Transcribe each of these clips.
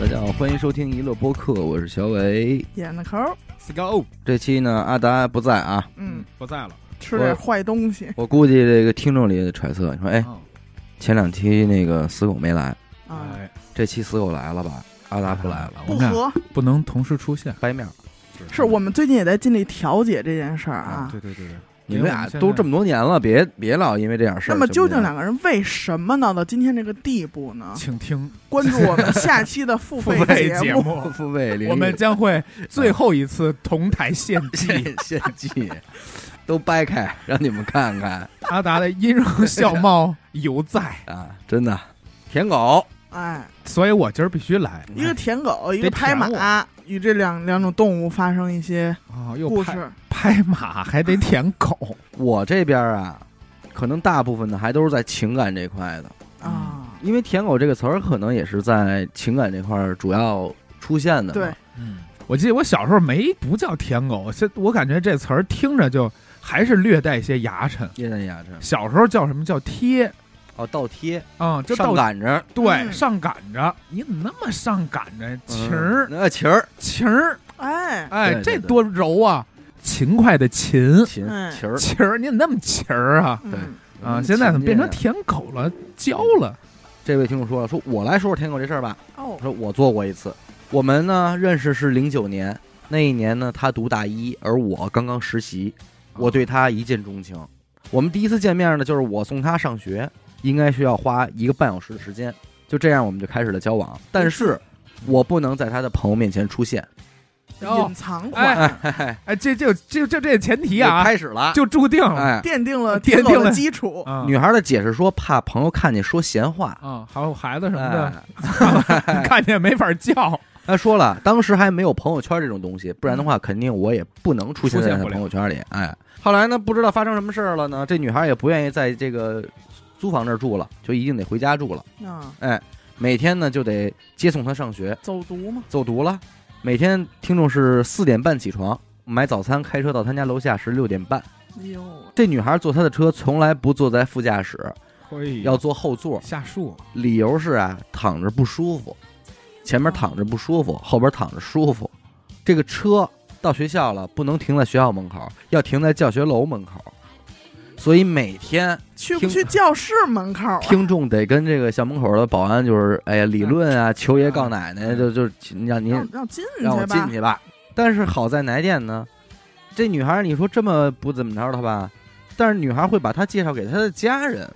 大家好，欢迎收听娱乐播客，我是小伟。演的抠， Sco 这期呢，阿达不在啊，嗯，不在了，吃点坏东西我估计这个听众里也得揣测，你说，哎，嗯前两期那个死狗没来，啊，哎，这期死狗来了吧？阿达不来了，我不们俩合。不能同时出现，掰面儿。是我们最近也在尽力调解这件事儿啊。啊，对对对对，你们俩都这么多年了，别别老因为这点事儿。那么究行不行竟两个人为什么闹到今天这个地步呢？请听关注我们下期的付付费费节目。目， 付费领域？我们将会最后一次同台献祭献 献祭都掰开，让你们看看 阿达的音容笑貌犹在，啊！真的，舔狗哎哎，所以我今儿必须来一个舔狗，一个得拍马舔，与这两两种动物发生一些啊，又故拍事。拍马还得舔狗，我这边啊，可能大部分的还都是在情感这块的，嗯啊，因为“舔狗”这个词儿可能也是在情感这块儿主要出现的。对，，嗯，我记得我小时候没不叫舔狗，现我感觉这词儿听着就还是略带一些牙碜。夜店牙碜小时候叫什么叫贴哦，倒贴啊、就上到赶着对嗯上赶着，你怎么那么上赶着？情儿嗯那情儿情儿，哎，哎对，这对对多柔啊！勤快的勤琴嗯情儿勤儿，你怎么那么勤儿啊？对嗯，啊，现在怎么变成琴键啊舔狗了？教了，这位听众说了，说我来说说舔狗这事儿吧。哦我，说我做过一次，我们呢认识是零九年，那一年呢他读大一，而我刚刚实习，我啊对他一见钟情。我们第一次见面呢，就是我送他上学，应该需要花一个半小时的时间，就这样我们就开始了交往。但是，我不能在他的朋友面前出现。隐藏哎款哎，这就就就这前提啊，开始了，就注定了哎，奠定了奠定舔狗的了基础。啊女孩的解释说怕朋友看见说闲话。啊，还有孩子什么的，哎， 看见没法叫，他说了，当时还没有朋友圈这种东西，不然的话，肯定我也不能出现在出现他不了朋友圈里。哎，后来呢，不知道发生什么事儿了呢，这女孩也不愿意在这个租房这儿住了，就一定得回家住了。啊，哎，每天呢就得接送她上学，走读嘛，走读了。每天听众是四点半起床，买早餐，开车到她家楼下是六点半。哎呦，这女孩坐她的车从来不坐在副驾驶，要坐后座，下树，理由是啊躺着不舒服，前面躺着不舒服，后边躺着舒服。这个车到学校了，不能停在学校门口，要停在教学楼门口。所以每天去不听去教室门口啊？听众得跟这个校门口的保安就是，哎呀，理论啊，求爷告奶奶，就就请让您嗯让让进去让我进吧。去吧。但是好在哪一点呢？这女孩儿你说这么不怎么着她吧，但是女孩儿会把她介绍给她的家人，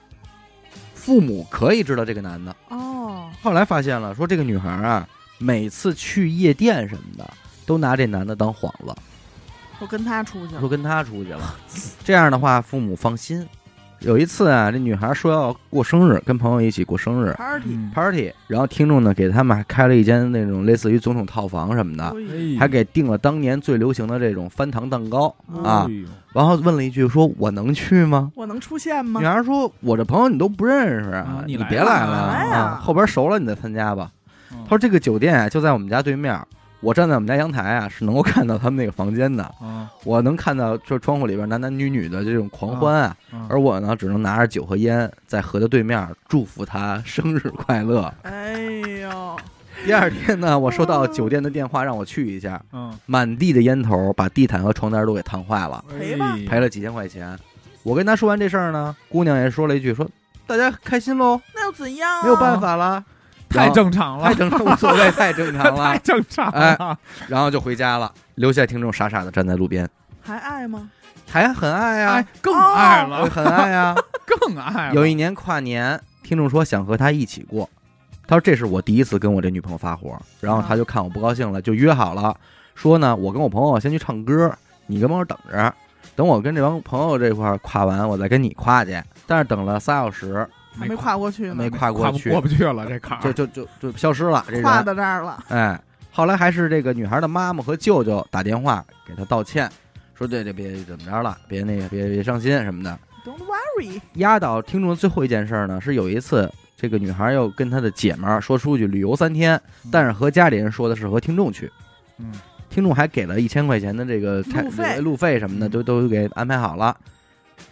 父母可以知道这个男的。哦，后来发现了，说这个女孩啊，每次去夜店什么的，都拿这男的当幌子，我跟他出去了说跟他出去了。这样的话，父母放心。有一次啊，这女孩说要过生日，跟朋友一起过生日 party，嗯 party，然后听众呢给他们还开了一间那种类似于总统套房什么的，嗯哎还给订了当年最流行的这种翻糖蛋糕，啊哎呦然后问了一句说：“我能去吗我能出现？”吗女？孩说：“我这朋友你都不认识啊啊，你来别吧来了来啊呀，后边熟了你再参加吧。”嗯他说这个酒店啊就在我们家对面儿，我站在我们家阳台啊是能够看到他们那个房间的，啊我能看到这窗户里边男男女女的这种狂欢啊，啊而我呢只能拿着酒和烟在河的对面儿祝福他生日快 乐。哎呦，第二天呢，我收到酒店的电话让我去一下，嗯，满地的烟头把地毯和床单都给烫坏了，赔吧哎赔了几千块钱。我跟他说完这事儿呢，姑娘也说了一句说大家开心喽，那又怎样啊？没有办法啦，太正常了哦 太，正常，无所谓，太正常了 太。正常哎了， 然后就回家了，留下听众傻傻的站在路边，还爱吗？还很爱呀、哎，更爱我了，很爱 呀、更爱了，有一年跨年，听众说想和他一起过，他说这是我第一次跟我这女朋友发火，然后他就看我不高兴了，就约好了，说呢，我跟我朋友先去唱歌，你跟帮我等着，等我跟这帮朋友这块儿跨完，我再跟你跨去。但是等了仨小时，还没跨过去呢，没跨过跨不去，过不去了这坎就儿，就就就消失了。这跨人，到这儿了。 哎，后来还是这个女孩的妈妈和舅舅打电话给她道歉，说这这别怎么着了，别那个别别伤心什么的。 Don't worry，压倒听众的最后一件事儿呢，是有一次这个女孩又跟她的姐们儿说出去旅游三天，但是和家里人说的是和听众去，嗯，听众还给了一千块钱的这个差路费路费什么的，嗯都都给安排好了。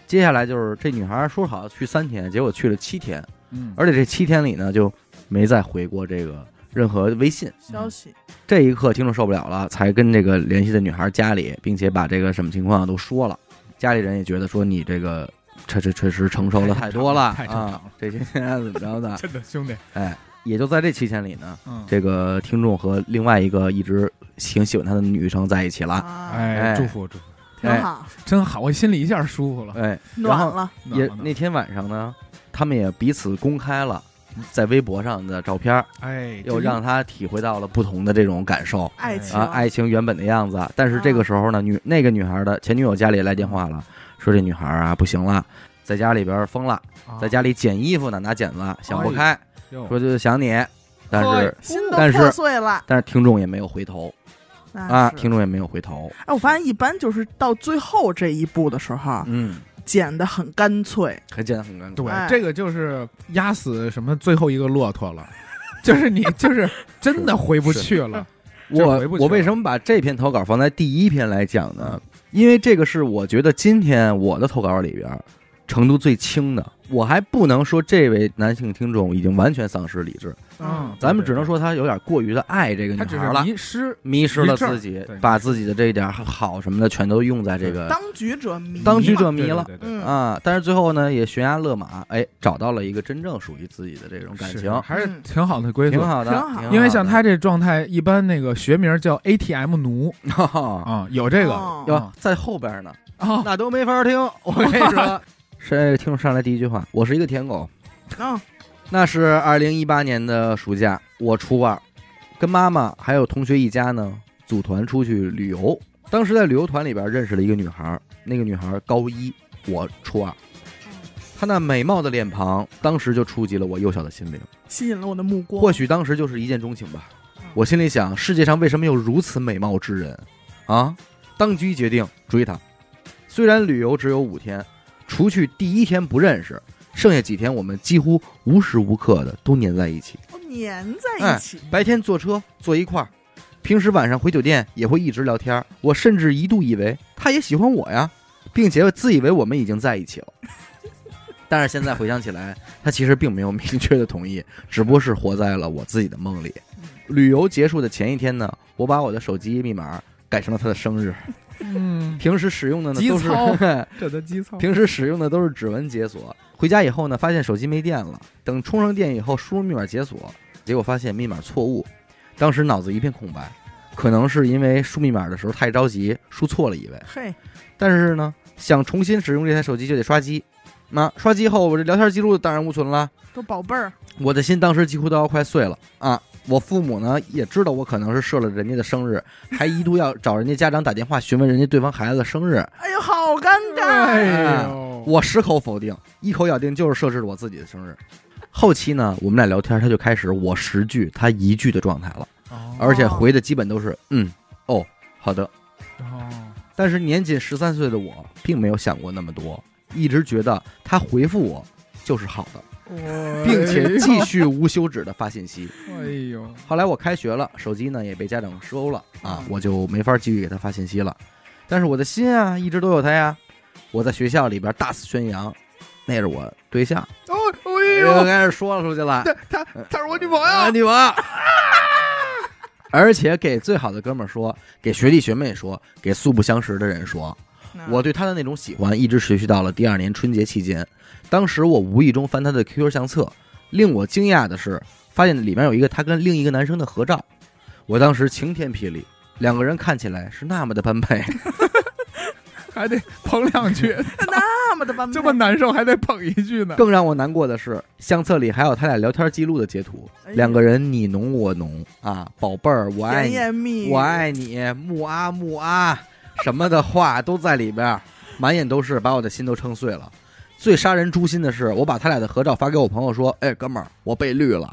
接下来就是这女孩说好去三天，结果去了七天，嗯，而且这七天里呢就没再回过这个任何微信。消息，这一刻，听众受不了了，才跟这个联系的女孩家里，并且把这个什么情况都说了。家里人也觉得说你这个确确确实承受了太多了，太正常了太正常啊了、这些天怎么着的？真的兄弟，哎，也就在这期间里呢，嗯，这个听众和另外一个一直挺喜欢他的女生在一起了，啊，哎哎，祝福祝福，挺哎好，真好，我心里一下舒服了。哎，然暖后了，啊暖也和暖那天晚上呢，他们也彼此公开了在微博上的照片，和哎，又让他体会到了不同的这种感受。爱情啊，爱情原本的样子。但是这个时候呢，嗯女那个女孩的前女友家里来电话了，说这女孩啊不行了，在家里边疯了，啊在家里捡衣服呢，拿哎剪子想不开，说说就想你，但是心都但破是碎了但是听众也没有回头那啊，是听众也没有回头，哎，我发现一般就是到最后这一步的时候，嗯，剪的很干脆，很简单很尴尬，啊对哎，这个就是压死什么最后一个骆 驼了，就是你就是真的回不去了。这我回不去我了为什么把这篇投稿放在第一篇来讲呢？因为这个是我觉得今天我的投稿里边儿程度最轻的，我还不能说这位男性听众已经完全丧失理智，嗯咱们只能说他有点过于的爱这个对对对女他只孩是了，迷失，迷失了迷阵自己对，把自己的这一点好什么的全都用在这个当局者迷，当局嘛者迷了对对对对嗯啊。但是最后呢，也悬崖勒马，哎，找到了一个真正属于自己的这种感是情，还是挺好的归宿挺。好的，挺好挺因为像的 他这状态，一般那个学名叫 ATM 奴哟，啊，有这个哦啊在后边呢，啊，那都没法听。我跟你 说，是听上来第一句话，我是一个舔狗。嗯，那是二零一八年的暑假，我初二，跟妈妈还有同学一家呢，组团出去旅游。当时在旅游团里边认识了一个女孩儿，那个女孩儿高一，我初二。她那美貌的脸庞，当时就触及了我幼小的心灵。吸引了我的目光，或许当时就是一见钟情吧。我心里想，世界上为什么有如此美貌之人啊？当即决定追她。虽然旅游只有五天，除去第一天不认识，剩下几天我们几乎无时无刻的都粘在一起。哦粘哎在一起，白天坐车坐一块儿，平时晚上回酒店也会一直聊天儿。我甚至一度以为她也喜欢我呀，并且自以为我们已经在一起了。但是现在回想起来，她其实并没有明确的同意，只不过是活在了我自己的梦里。旅游结束的前一天呢，我把我的手机密码改成了她的生日。嗯，平时使用的呢基都是 操这都基操，平时使用的都是指纹解锁。回家以后呢，发现手机没电了，等充上电以后输入密码解锁，结果发现密码错误，当时脑子一片空白，可能是因为输密码的时候太着急，输错了一位。嘿，但是呢，想重新使用这台手机就得刷机，那、刷机后我这聊天记录当然无存了，都宝贝儿，我的心当时几乎都要快碎了啊！我父母呢也知道我可能是设了人家的生日，还一度要找人家家长打电话询问人家对方孩子的生日，哎呦，好尴尬，哎呦，我十口否定，一口咬定就是设置了我自己的生日。后期呢，我们俩聊天，他就开始我十句他一句的状态了，哦而且回的基本都是嗯，哦，好的。哦但是年仅十三岁的我，并没有想过那么多，一直觉得他回复我就是好的，并且继续无休止的发信息。哎呦，后来我开学了，手机呢也被家长收了啊，我就没法继续给他发信息了。但是我的心啊，一直都有他呀。我在学校里边大肆宣扬，那是我对象，哦，又哎呦，开始说了出去了。他他他是我女朋啊，友，女王。而且给最好的哥们儿说，给学弟学妹说，给素不相识的人说，嗯那我对他的那种喜欢一直持续到了第二年春节期间。当时我无意中翻他的 QQ 相册，令我惊讶的是，发现里面有一个他跟另一个男生的合照。我当时晴天霹雳，两个人看起来是那么的般 配，还得捧两句，那么的般配 这么难受还得捧一句呢。更让我难过的是，相册里还有他俩聊天记录的截图，哎两个人你侬我侬啊，宝贝儿，我爱哎甜你，言蜜语，我爱你，木啊木啊，什么的话都在里边儿，满眼都是，把我的心都撑碎了。最杀人诛心的是，我把他俩的合照发给我朋友说：“哎，哥们儿，我被绿了。”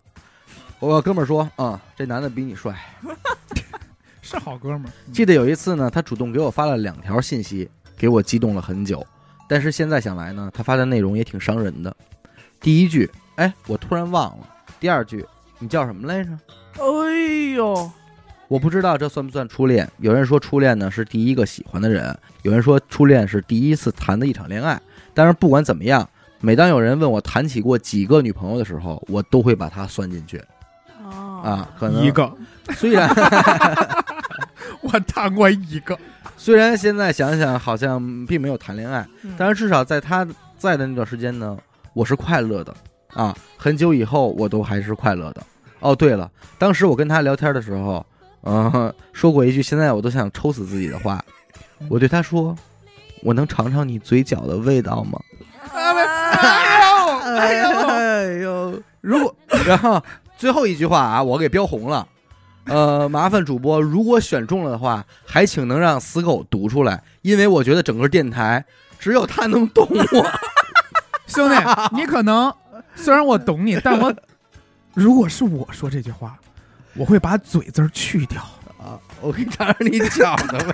我哥们儿说：“嗯，这男的比你帅。是好哥们儿，”记得有一次呢，他主动给我发了两条信息，给我激动了很久。但是现在想来呢，他发的内容也挺伤人的。第一句，哎，我突然忘了；第二句，你叫什么来着？哎呦，我不知道这算不算初恋。有人说初恋呢是第一个喜欢的人，有人说初恋是第一次谈的一场恋爱。但是不管怎么样，每当有人问我谈起过几个女朋友的时候，我都会把她算进去。啊，啊，可能一个，虽然我谈过一个，虽然现在想想好像并没有谈恋爱，嗯但是至少在他在的那段时间呢，我是快乐的啊。很久以后我都还是快乐的。哦，对了，当时我跟他聊天的时候，嗯、说过一句现在我都想抽死自己的话，我对他说：“我能尝尝你嘴角的味道吗哎呦啊哎呦，？”然后最后一句话啊，我给标红了。呃，麻烦主播，如果选中了的话，还请能让死狗读出来，因为我觉得整个电台只有他能懂我。 兄弟，你可能虽然我懂你，但我如果是我说这句话，我会把嘴字儿去掉。啊，我给你尝尝你脚的味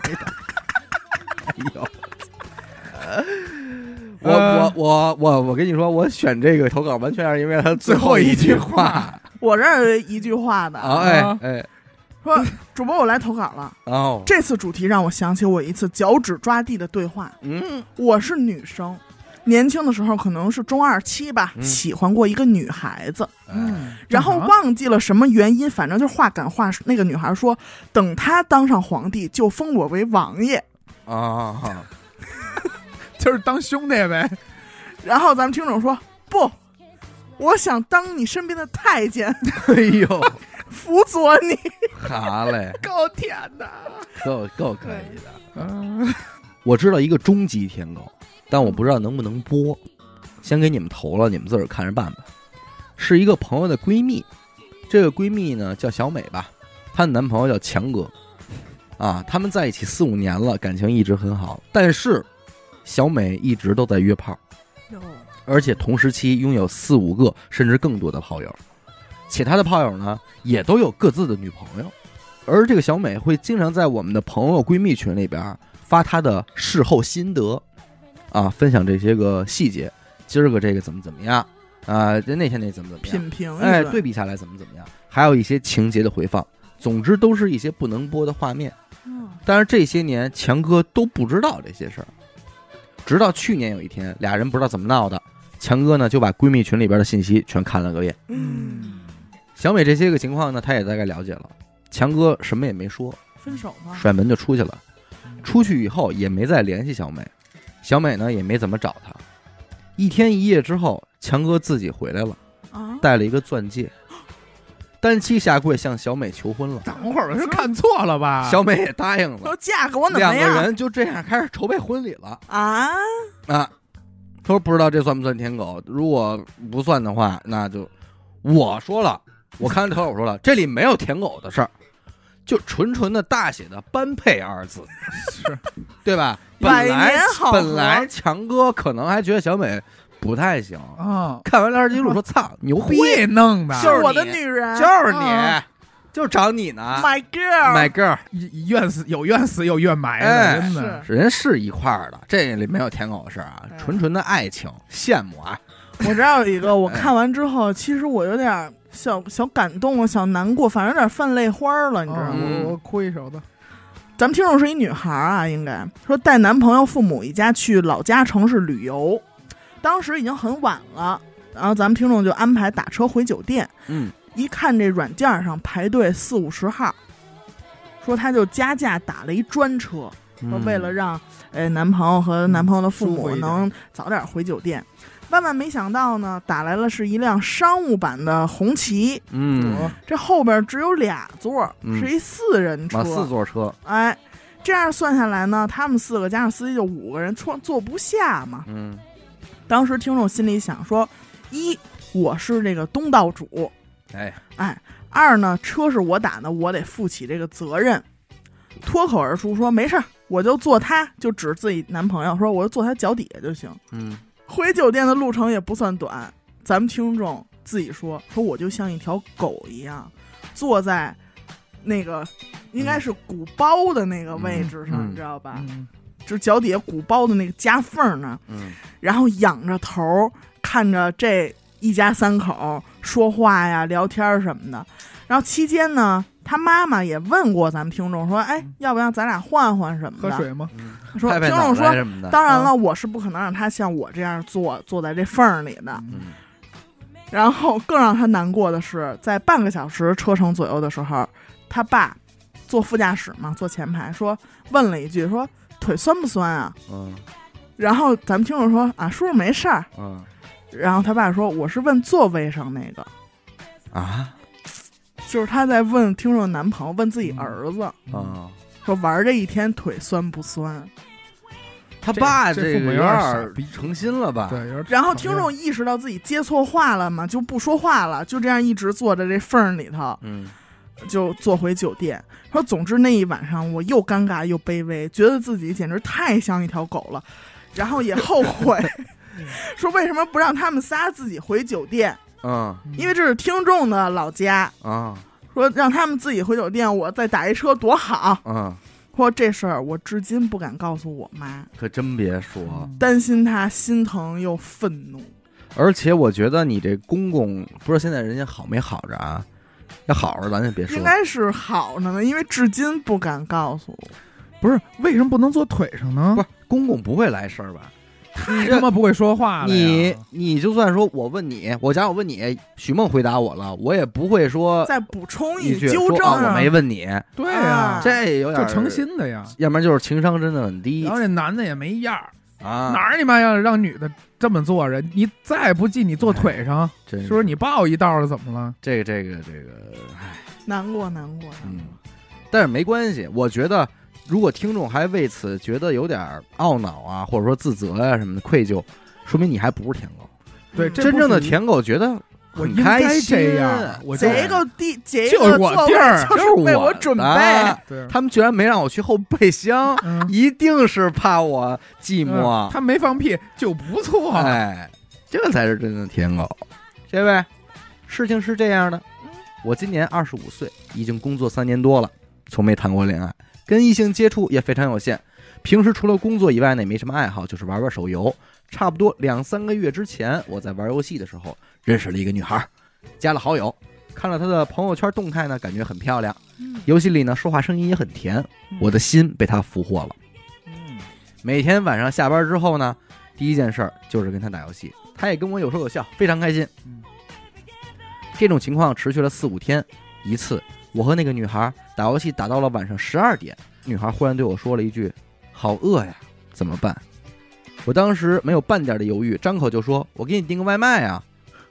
道。哎呦，我我我我我跟你说，我选这个投稿完全是因为他最后一句话。我这儿一句话呢，啊，哎哎，说主播我来投稿了。哦，这次主题让我想起我一次脚趾抓地的对话。嗯我是女生，年轻的时候可能是中二期吧，嗯喜欢过一个女孩子，嗯，然后忘记了什么原因，反正就是话赶话。那个女孩说，等她当上皇帝就封我为王爷。啊，就是当兄弟呗。然后咱们听众说不，我想当你身边的太监，哎呦，辅佐你。好嘞，够甜的。够够可以的。嗯，我知道一个终极舔狗，但我不知道能不能播，先给你们投了，你们自个儿看着办吧。是一个朋友的闺蜜，这个闺蜜呢叫小美吧，她的男朋友叫强哥，啊，他们在一起四五年了，感情一直很好，但是小美一直都在约炮，而且同时期拥有四五个甚至更多的炮友，且她的炮友呢也都有各自的女朋友，而这个小美会经常在我们的朋友闺蜜群里边儿发她的事后心得，啊，分享这些个细节，今儿个这个怎么怎么样，啊，那天那怎么怎么样， 品评一哎，顿对比下来怎么怎么样，还有一些情节的回放，总之都是一些不能播的画面。嗯但是这些年强哥都不知道这些事儿，直到去年有一天，俩人不知道怎么闹的，强哥呢就把闺蜜群里边的信息全看了个遍。嗯，小美这些个情况呢，她也大概了解了。强哥什么也没说，分手吗？甩门就出去了。出去以后也没再联系小美，小美呢也没怎么找他。一天一夜之后，强哥自己回来了，啊，带了一个钻戒，单膝下跪向小美求婚了。等会儿我是看错了吧？嗯小美也答应了啊都，嫁给我怎两么个样人就这样开始筹备婚礼了。啊？啊，他说不知道这算不算舔狗，如果不算的话，那就我说了，我看完投稿我说了，这里没有舔狗的事儿，就纯纯的大写的般配二字，是对吧？本百来年好合本来强哥可能还觉得小美不太行，啊，看完聊天记录说操牛 逼，会弄的，就是我的你女人哦就是你啊，就找你呢 My ，My girl， girl，一愿死有愿死有愿埋哎的，真的。是人是一块儿的，这里没有舔狗的事儿啊，嗯纯纯的爱情，羡慕啊，我这儿有一个，我看完之后，其实我有点儿小小感动啊，小难过，反正有点泛泪花儿了，你知道啊吗？嗯我我哭一首的。咱们听众是一女孩儿啊，应该说带男朋友、父母一家去老家城市旅游，当时已经很晚了，然后咱们听众就安排打车回酒店，嗯一看这软件上排队四五十号，说他就加价打了一专车，嗯说为了让哎男朋友和男朋友的父嗯舒服母一点能早点回酒店。万万没想到呢，打来了是一辆商务版的红旗，嗯。这后边只有俩座儿，嗯是一四人车，啊，四座车，哎，这样算下来呢，他们四个加上司机就五个人，坐坐不下嘛。嗯当时听众心里想说：一，我是这个东道主；，哎，哎，二呢，车是我打的，我得负起这个责任。脱口而出说：没事儿，我就坐他，就指自己男朋友说，我就坐他脚底下就行。嗯，回酒店的路程也不算短，咱们听众自己说说，我就像一条狗一样，坐在那个应该是鼓包的那个位置上，嗯嗯你知道吧？嗯，就是脚底下鼓包的那个夹缝呢，嗯，然后仰着头看着这一家三口说话呀、聊天儿什么的。然后期间呢，他妈妈也问过咱们听众说：“哎，要不要咱俩换换什么喝的？”水吗？说嗯拍拍听脑众袋说。什么的，当然了，我是不可能让他像我这样坐坐在这缝儿里的。嗯然后更让他难过的是，在半个小时车程左右的时候，他爸坐副驾驶嘛，坐前排，说问了一句说腿酸不酸啊？嗯然后咱们听众说啊，叔叔没事儿。啊嗯然后他爸说我是问座位上那个，啊就是他在问听众的男朋友，问自己儿子，嗯啊，说玩这一天腿酸不酸？他这爸这个父母有有点儿傻逼成心了吧？对，有点然后听众意识到自己接错话了嘛，就不说话了，就这样一直坐在这缝儿里头，嗯就坐回酒店。说总之那一晚上我又尴尬又卑微，觉得自己简直太像一条狗了，然后也后悔，嗯说为什么不让他们仨自己回酒店？嗯讨厌，因为这是听众的老家，啊说让他们自己回酒店，我再打一车多好。嗯，说这事儿我至今不敢告诉我妈，可真别说，嗯担心她心疼又愤怒。而且我觉得你这公公不知道现在人家好没好着啊，要好着咱就别说应。该是好着呢，因为至今不敢告诉我。不是为什么不能坐腿上呢不？是公公不会来事儿吧？太他妈不会说话了呀你你就算说我问你，我假如我问你，许梦回答我了，我也不会说再补充呃一句纠说正、啊我没问你，对啊呀，这有点儿就成，心的呀。要不然就是情商真的很低然后这男的也没样儿，哪啊。儿你妈要让女的这么坐着？你再不济你坐腿上，真是不是你抱一道了？怎么了？这个这个这个，唉，难过难过。嗯，但是没关系，我觉得如果听众还为此觉得有点儿懊恼啊，或者说自责呀、什么的愧疚，说明你还不是舔狗。对，嗯这不真正的属于舔狗觉得我很应开该心啊这样，我就这个地，这就个是我座位地儿就哎是就是为我我准备。的对，他们居然没让我去后备箱，嗯，一定是怕我寂寞。嗯他没放屁就不错。啊哎，这才是真的舔狗。这位，事情是这样的，我今年二十五岁，已经工作三年多了，从没谈过恋爱，跟异性接触也非常有限。平时除了工作以外呢，也没什么爱好，就是玩玩手游。差不多两三个月之前，我在玩游戏的时候认识了一个女孩，加了好友。看了她的朋友圈动态呢，感觉很漂亮。嗯游戏里呢，说话声音也很甜，我的心被她俘获了。嗯每天晚上下班之后呢，第一件事儿就是跟他打游戏，他也跟我有说有笑，非常开心嗯。这种情况持续了四五天，一次我和那个女孩打游戏打到了晚上十二点，女孩忽然对我说了一句：“好饿呀，怎么办？”我当时没有半点的犹豫，张口就说：“我给你订个外卖啊！”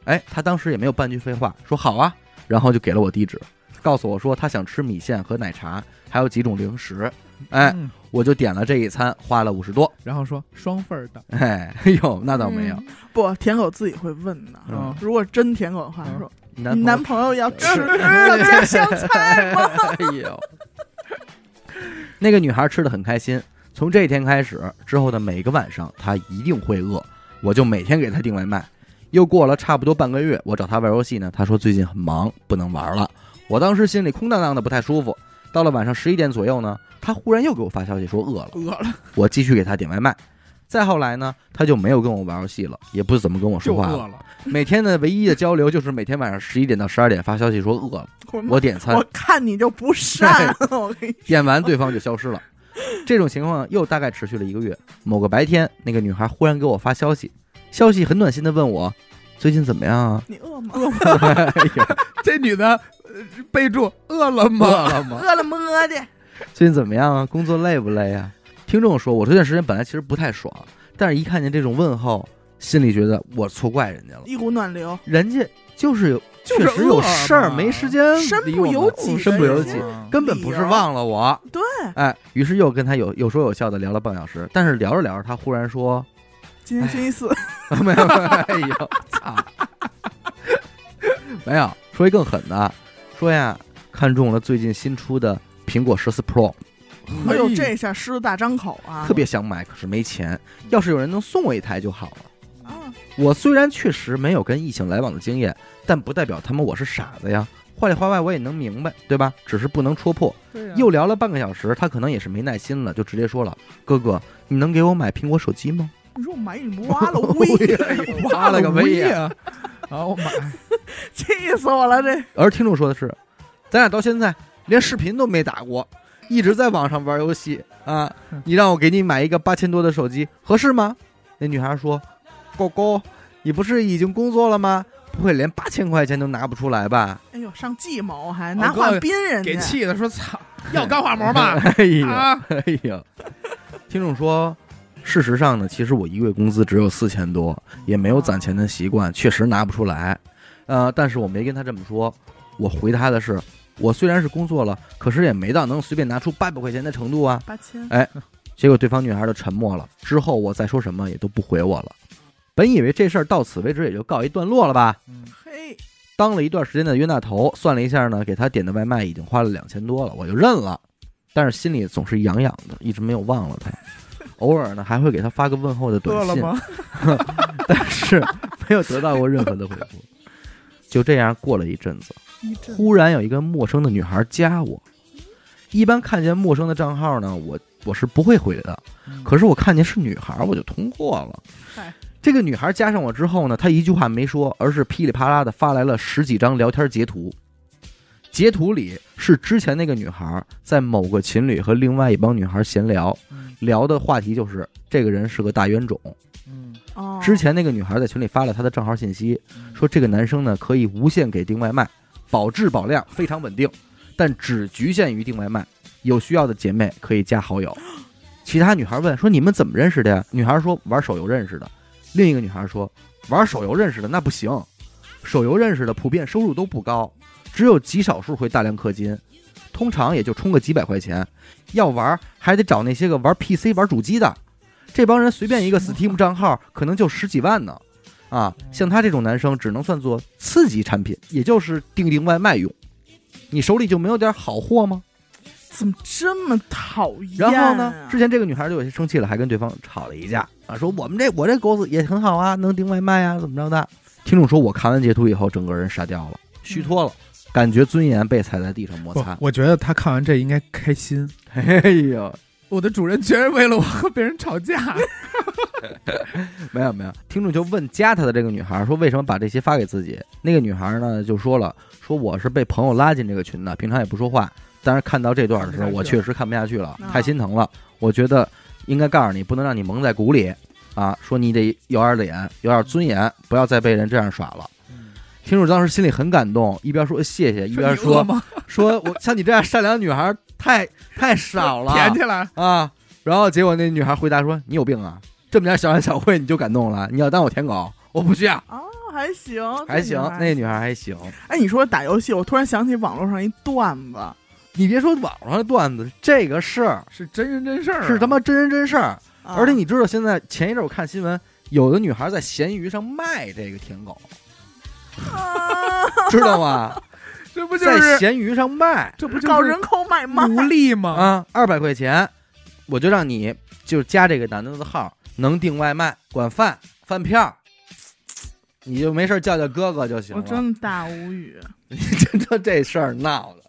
哎，她当时也没有半句废话，说好啊，然后就给了我地址，告诉我说她想吃米线和奶茶，还有几种零食。哎，嗯我就点了这一餐，花了五十多。然后说双份儿的，哎， 哎呦，那倒没有。嗯不，舔狗自己会问的。嗯嗯如果真舔狗的话，嗯说你你男朋友要吃要加香菜吗？ 哎呦，那个女孩吃的很开心。从这一天开始，之后的每个晚上，她一定会饿，我就每天给她订外卖。又过了差不多半个月，我找她玩游戏呢，她说最近很忙，不能玩了。我当时心里空荡荡的，不太舒服。到了晚上十一点左右呢，她忽然又给我发消息说饿了，嗯饿了，我继续给她点外卖。再后来呢，她就没有跟我玩游戏了，也不怎么跟我说就话了。饿了。 每天的唯一的交流就是每天晚上十一点到十二点发消息说饿了，嗯我点餐我， 看你就不善， 我跟你？点完对方就消失了。这种情况又大概持续了一个月。某个白天，那个女孩忽然给我发消息，消息很暖心的问我最近怎么样啊你饿吗？哎呦这女的呃备注 饿了吗？了吗？饿了么饿的， 最近怎么样啊？工作累不累啊？听众说，我这段时间本来其实不太爽，但是一看见这种问候，心里觉得我错怪人家了，一股暖流。人家就是有就是确实有饿事儿嘛没时间身理不我们由己身不由己人。啊根本不是理由忘了我，对，哎，于是又跟他有有说有笑的聊了半小时，但是聊着聊着，他忽然说 今哎天星期四，：“没有，没有哎呦，操，没有。”说一更狠的，说呀，看中了最近新出的苹果十四 Pro，嗯哎呦，这下狮子大张口啊！嗯特别想买，可是没钱。要是有人能送我一台就好了。啊，我虽然确实没有跟异性来往的经验，但不代表他们我是傻子呀。话里话外我也能明白，对吧？只是不能戳破。对啊呀又聊了半个小时，他可能也是没耐心了，就直接说了：“哥哥，你能给我买苹果手机吗你说我买你挖了喂，挖了个威呀呀！啊，我妈呀，气死我了！这？”而听众说的是：“咱俩到现在连视频都没打过，一直在网上玩游戏啊！你让我给你买一个八千多的手机，合适吗？”那女孩说：“狗狗，你不是已经工作了吗？不会连八千块钱都拿不出来吧？？”哎呦，上计谋还我拿哥话宾人给家，气的说：“操，要钢化膜吗 哎呀，啊，哎呀，听众说，事实上呢，其实我一个月工资只有四千多，也没有攒钱的习惯，确实拿不出来。呃，但是我没跟他这么说，我回他的是，我虽然是工作了，可是也没到能随便拿出八百块钱的程度啊。八千结果对方女孩就沉默了，之后我再说什么也都不回我了。本以为这事儿到此为止也就告一段落了吧，嘿，当了一段时间的冤大头，算了一下呢，给他点的外卖已经花了两千多了，我就认了。但是心里总是痒痒的，一直没有忘了他。偶尔呢，还会给他发个问候的短饿了信，吗？ 但是没有得到过任何的回复。就这样过了一阵子，一阵忽然有一个陌生的女孩加我。一般看见陌生的账号呢，我我是不会回的。嗯可是我看见是女孩，我就通过了嗨。这个女孩加上我之后呢，她一句话没说，而是噼里啪啦的发来了十几张聊天截图。截图里是之前那个女孩在某个情侣和另外一帮女孩闲聊，嗯聊的话题就是这个人是个大冤种。嗯，哦，之前那个女孩在群里发了她的账号信息，嗯说这个男生呢可以无限给订外卖，保质保量非常稳定，但只局限于订外卖。有需要的姐妹可以加好友。其他女孩问说你们怎么认识的呀？女孩说玩手游认识的。另一个女孩说玩手游认识的那不行，手游认识的普遍收入都不高，只有极少数会大量氪金，通常也就充个几百块钱。要玩还得找那些个玩 PC 玩主机的，这帮人随便一个 Steam 账号可能就十几万呢。啊，像他这种男生只能算作次级产品，也就是订订外卖用。你手里就没有点好货吗？怎么这么讨厌、啊？然后呢，之前这个女孩就有些生气了，还跟对方吵了一架啊，说我们这我这狗子也很好啊，能订外卖啊，怎么着的？听众说，我看完截图以后，整个人傻掉了，虚脱了，感觉尊严被踩在地上摩不擦。我觉得他看完这应该开心。哎呦，我的主人居然为了我和别人吵架，没有没有，听众就问加他的这个女孩说，为什么把这些发给自己？那个女孩呢就说了，说我是被朋友拉进这个群的，平常也不说话，啊但是看到这段的时候，看不下去了我确实看不下去了，啊太心疼了。我觉得应该告诉你，不能让你蒙在鼓里啊，说你得有点脸，有点尊严，不要再被人这样耍了。嗯听众当时心里很感动，一边说谢谢，一边你饿说吗？说我像你这样善良的女孩太太少 了，甜起来，啊，然后结果那女孩回答说：“你有病啊，这么点小恩小惠你就感动了？你要当我舔狗？我不需要。哦，还行，”还行，那那女孩还行。哎，你说打游戏，我突然想起网络上一段子，你别说网上的段子，这个事儿是真人真事儿啊，是他妈真人真事儿。啊而且你知道，现在前一阵我看新闻，有的女孩在闲鱼上卖这个舔狗， 啊知道吗？这不就在是闲鱼上卖这不就搞是人口买卖，奴隶吗？啊，二百块钱，我就让你就加这个男的的号，能订外卖、管饭、饭票，你就没事儿叫叫哥哥就行我了。真的大无语。 这这这事儿闹的。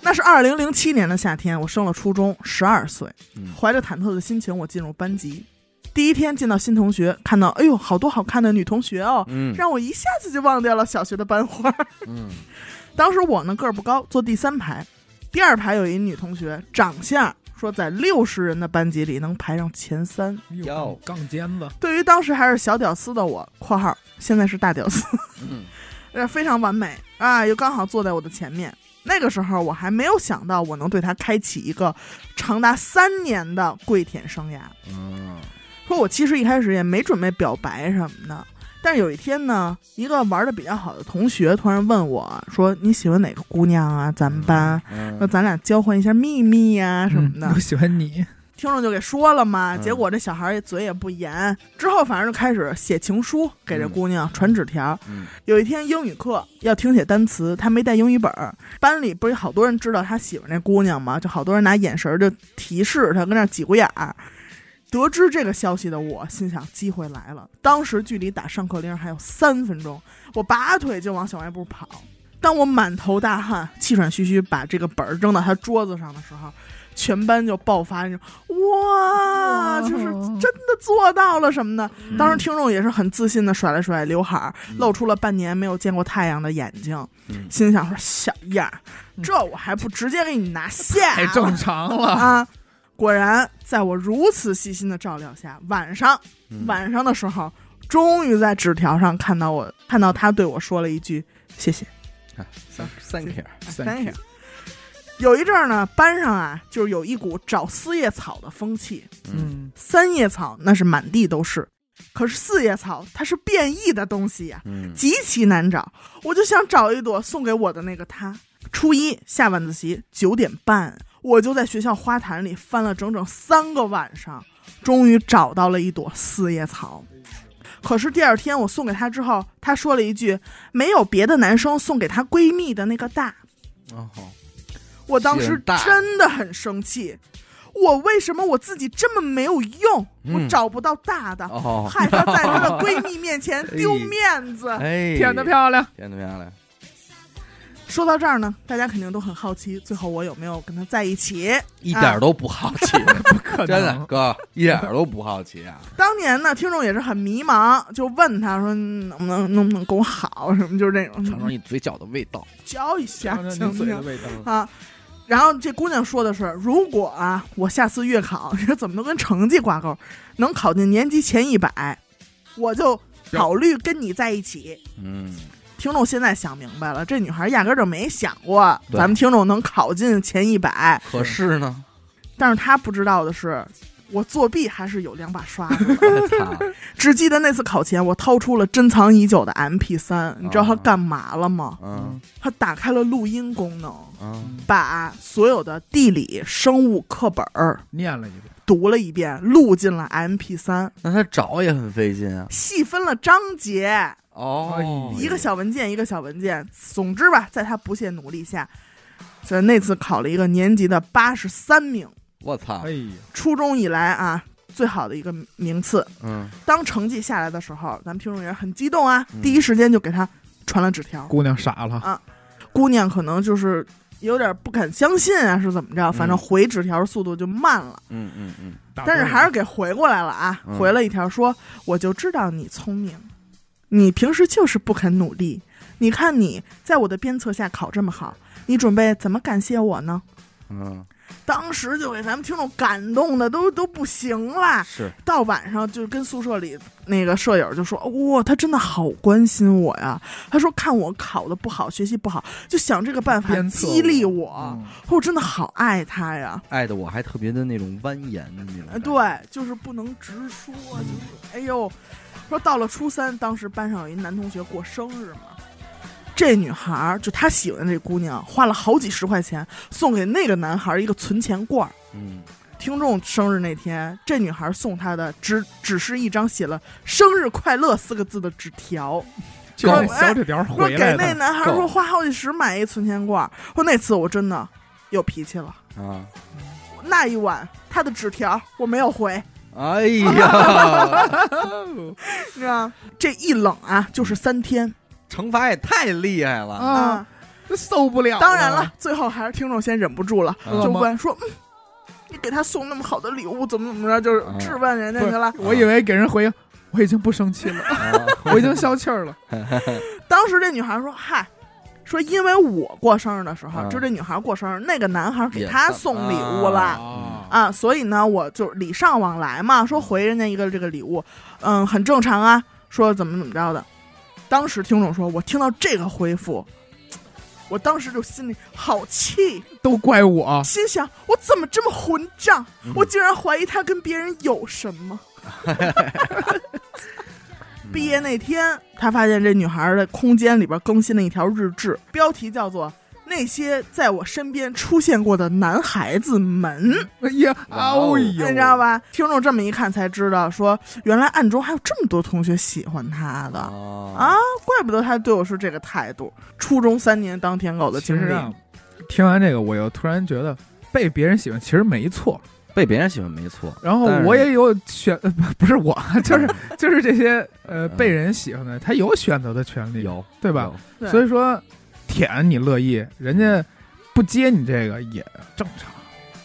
那是二零零七年的夏天，我升了初中，十二岁嗯，怀着忐忑的心情，我进入班级。第一天见到新同学，看到哎呦，好多好看的女同学哦，嗯让我一下子就忘掉了小学的班花。嗯 当时我呢个儿不高，坐第三排，第二排有一女同学，长相说在六十人的班级里能排上前三。哎呦哟杠尖子，对于当时还是小屌丝的我（括号现在是大屌丝），嗯呃，非常完美啊，又刚好坐在我的前面。那个时候我还没有想到我能对他开启一个长达三年的跪舔生涯。嗯说我其实一开始也没准备表白什么的，但是有一天呢，一个玩的比较好的同学突然问我说：“你喜欢哪个姑娘啊？咱们班？”说嗯，咱俩交换一下秘密呀、什么的，嗯我喜欢你，听众就给说了嘛。嗯结果这小孩也嘴也不严，之后反正就开始写情书给这姑娘，传纸条，嗯有一天英语课要听写单词，他没带英语本儿，班里不是有好多人知道他喜欢这姑娘吗？就好多人拿眼神儿就提示他，跟那儿挤过眼儿。得知这个消息的我心想，机会来了。当时距离打上课铃还有三分钟，我拔腿就往小卖部跑。当我满头大汗、气喘吁吁把这个本儿扔到他桌子上的时候，全班就爆发那种哇，就是真的做到了什么的。当时听众也是很自信的甩了甩刘海儿，露出了半年没有见过太阳的眼睛，嗯心想说：“小样儿，嗯这我还不直接给你拿下 太正常了。啊！”果然，在我如此细心的照料下，晚上嗯晚上的时候，终于在纸条上看到我看到他对我说了一句谢谢。 ，thank you，啊三下。有一阵儿呢，班上啊，就是有一股找四叶草的风气。嗯，三叶草那是满地都是，可是四叶草它是变异的东西呀、嗯极其难找。我就想找一朵送给我的那个他。初一下晚自习九点半，我就在学校花坛里翻了整整三个晚上，终于找到了一朵四叶草。可是第二天我送给她之后，她说了一句没有别的男生送给她闺蜜的那个大。哦，好我当劲时儿大真的很生气，我为什么我自己这么没有用？嗯我找不到大的，哦，害她 在她的闺蜜面前哎丢面子。哎，舔的，漂亮，舔的漂亮，说到这儿呢，大家肯定都很好奇，最后我有没有跟她在一起？一点儿都不好 奇，不可能，啊真的哥，一点儿都不好奇啊。当年呢，听众也是很迷茫，就问她说嗯能不能能不能跟我好什么，就是这尝尝种你嘴角的味道，教一下尝尝行你不嘴的行味道。啊？然后这姑娘说的是，如果啊，我下次月考，你说怎么都跟成绩挂钩，能考进年级前一百，我就考虑跟你在一起。嗯，听众现在想明白了，这女孩压根儿就没想过对咱们听众能考进前一百，可是呢，但是她不知道的是，我作弊还是有两把刷子的。 我操，只记得那次考前，我掏出了珍藏已久的 MP 三，你知道她啊干嘛了吗？嗯她打开了录音功能，嗯，把所有的地理、生物课本儿念了一遍，读了一遍，录进了 MP 三，那他找也很费劲啊。细分了章节，哦，一个小文件一个小文件。总之吧，在他不懈努力下，在那次考了一个年级的八十三名，我操哎，呀，初中以来啊最好的一个名次。嗯，当成绩下来的时候，咱们听众也很激动啊，嗯第一时间就给他传了纸条。姑娘傻了，姑娘可能就是有点不敢相信啊，是怎么着？反正嗯回纸条速度就慢了。嗯嗯嗯，但是还是给回过来了啊，嗯回了一条说：“我就知道你聪明，你平时就是不肯努力。你看你在我的鞭策下考这么好，你准备怎么感谢我呢嗯，？”当时就给咱们听众感动的都都不行了。是，到晚上就跟宿舍里那个舍友就说：“哇、他真的好关心我呀！”他说：“看我考的不好，学习不好，就想这个办法鞭策我激励我。嗯我真的好爱他呀。”爱的我还特别的那种蜿蜒的那种呃，感觉，对，就是不能直说，就是哎呦，说到了初三，当时班上有一男同学过生日嘛，这女孩儿就她喜欢的这姑娘，花了好几十块钱送给那个男孩儿一个存钱罐儿。嗯，听众生日那天，这女孩儿送他的只只是一张写了“生日快乐”四个字的纸条，就够是小纸条说回给来那了，男孩儿说够花好几十买一存钱罐儿。说那次我真的有脾气了，啊，那一晚他的纸条我没有回，哎呀，你知道吗这一冷啊，就是三天惩罚也太厉害了，啊，这受不了。当然了，，最后还是听众先忍不住了，嗯就问说：“嗯，你给他送那么好的礼物，怎么怎么着？”就是嗯质问人家去了。我以为给人回应，我已经不生气了，啊我已经消气儿了。当时这女孩说：“嗨。”说，因为我过生日的时候，嗯就这女孩过生日，那个男孩给也她送送礼物了啊嗯啊所以呢，我就礼尚往来嘛，说回人家一个这个礼物，嗯，很正常啊，说怎么怎么着的。当时听众说，我听到这个回复，我当时就心里好气，都怪我，心想我怎么这么混账啊嗯？我竟然怀疑他跟别人有什么。毕业那天，他发现这女孩的空间里边更新了一条日志，标题叫做《那些在我身边出现过的男孩子们》，哎呀，哇哎哦呦，你知道吧？听众这么一看才知道，说原来暗中还有这么多同学喜欢他的，哦啊啊，怪不得他对我是这个态度。初中三年当舔狗的其经实历，啊，听完这个，我又突然觉得被别人喜欢其实没错。被别人喜欢没错，嗯然后但是我也有选，呃不不是我， 就是就是这些呃嗯被人喜欢的，他有选择的权利，有对对吧？？对所以说，舔你乐意，人家不接你这个也正常，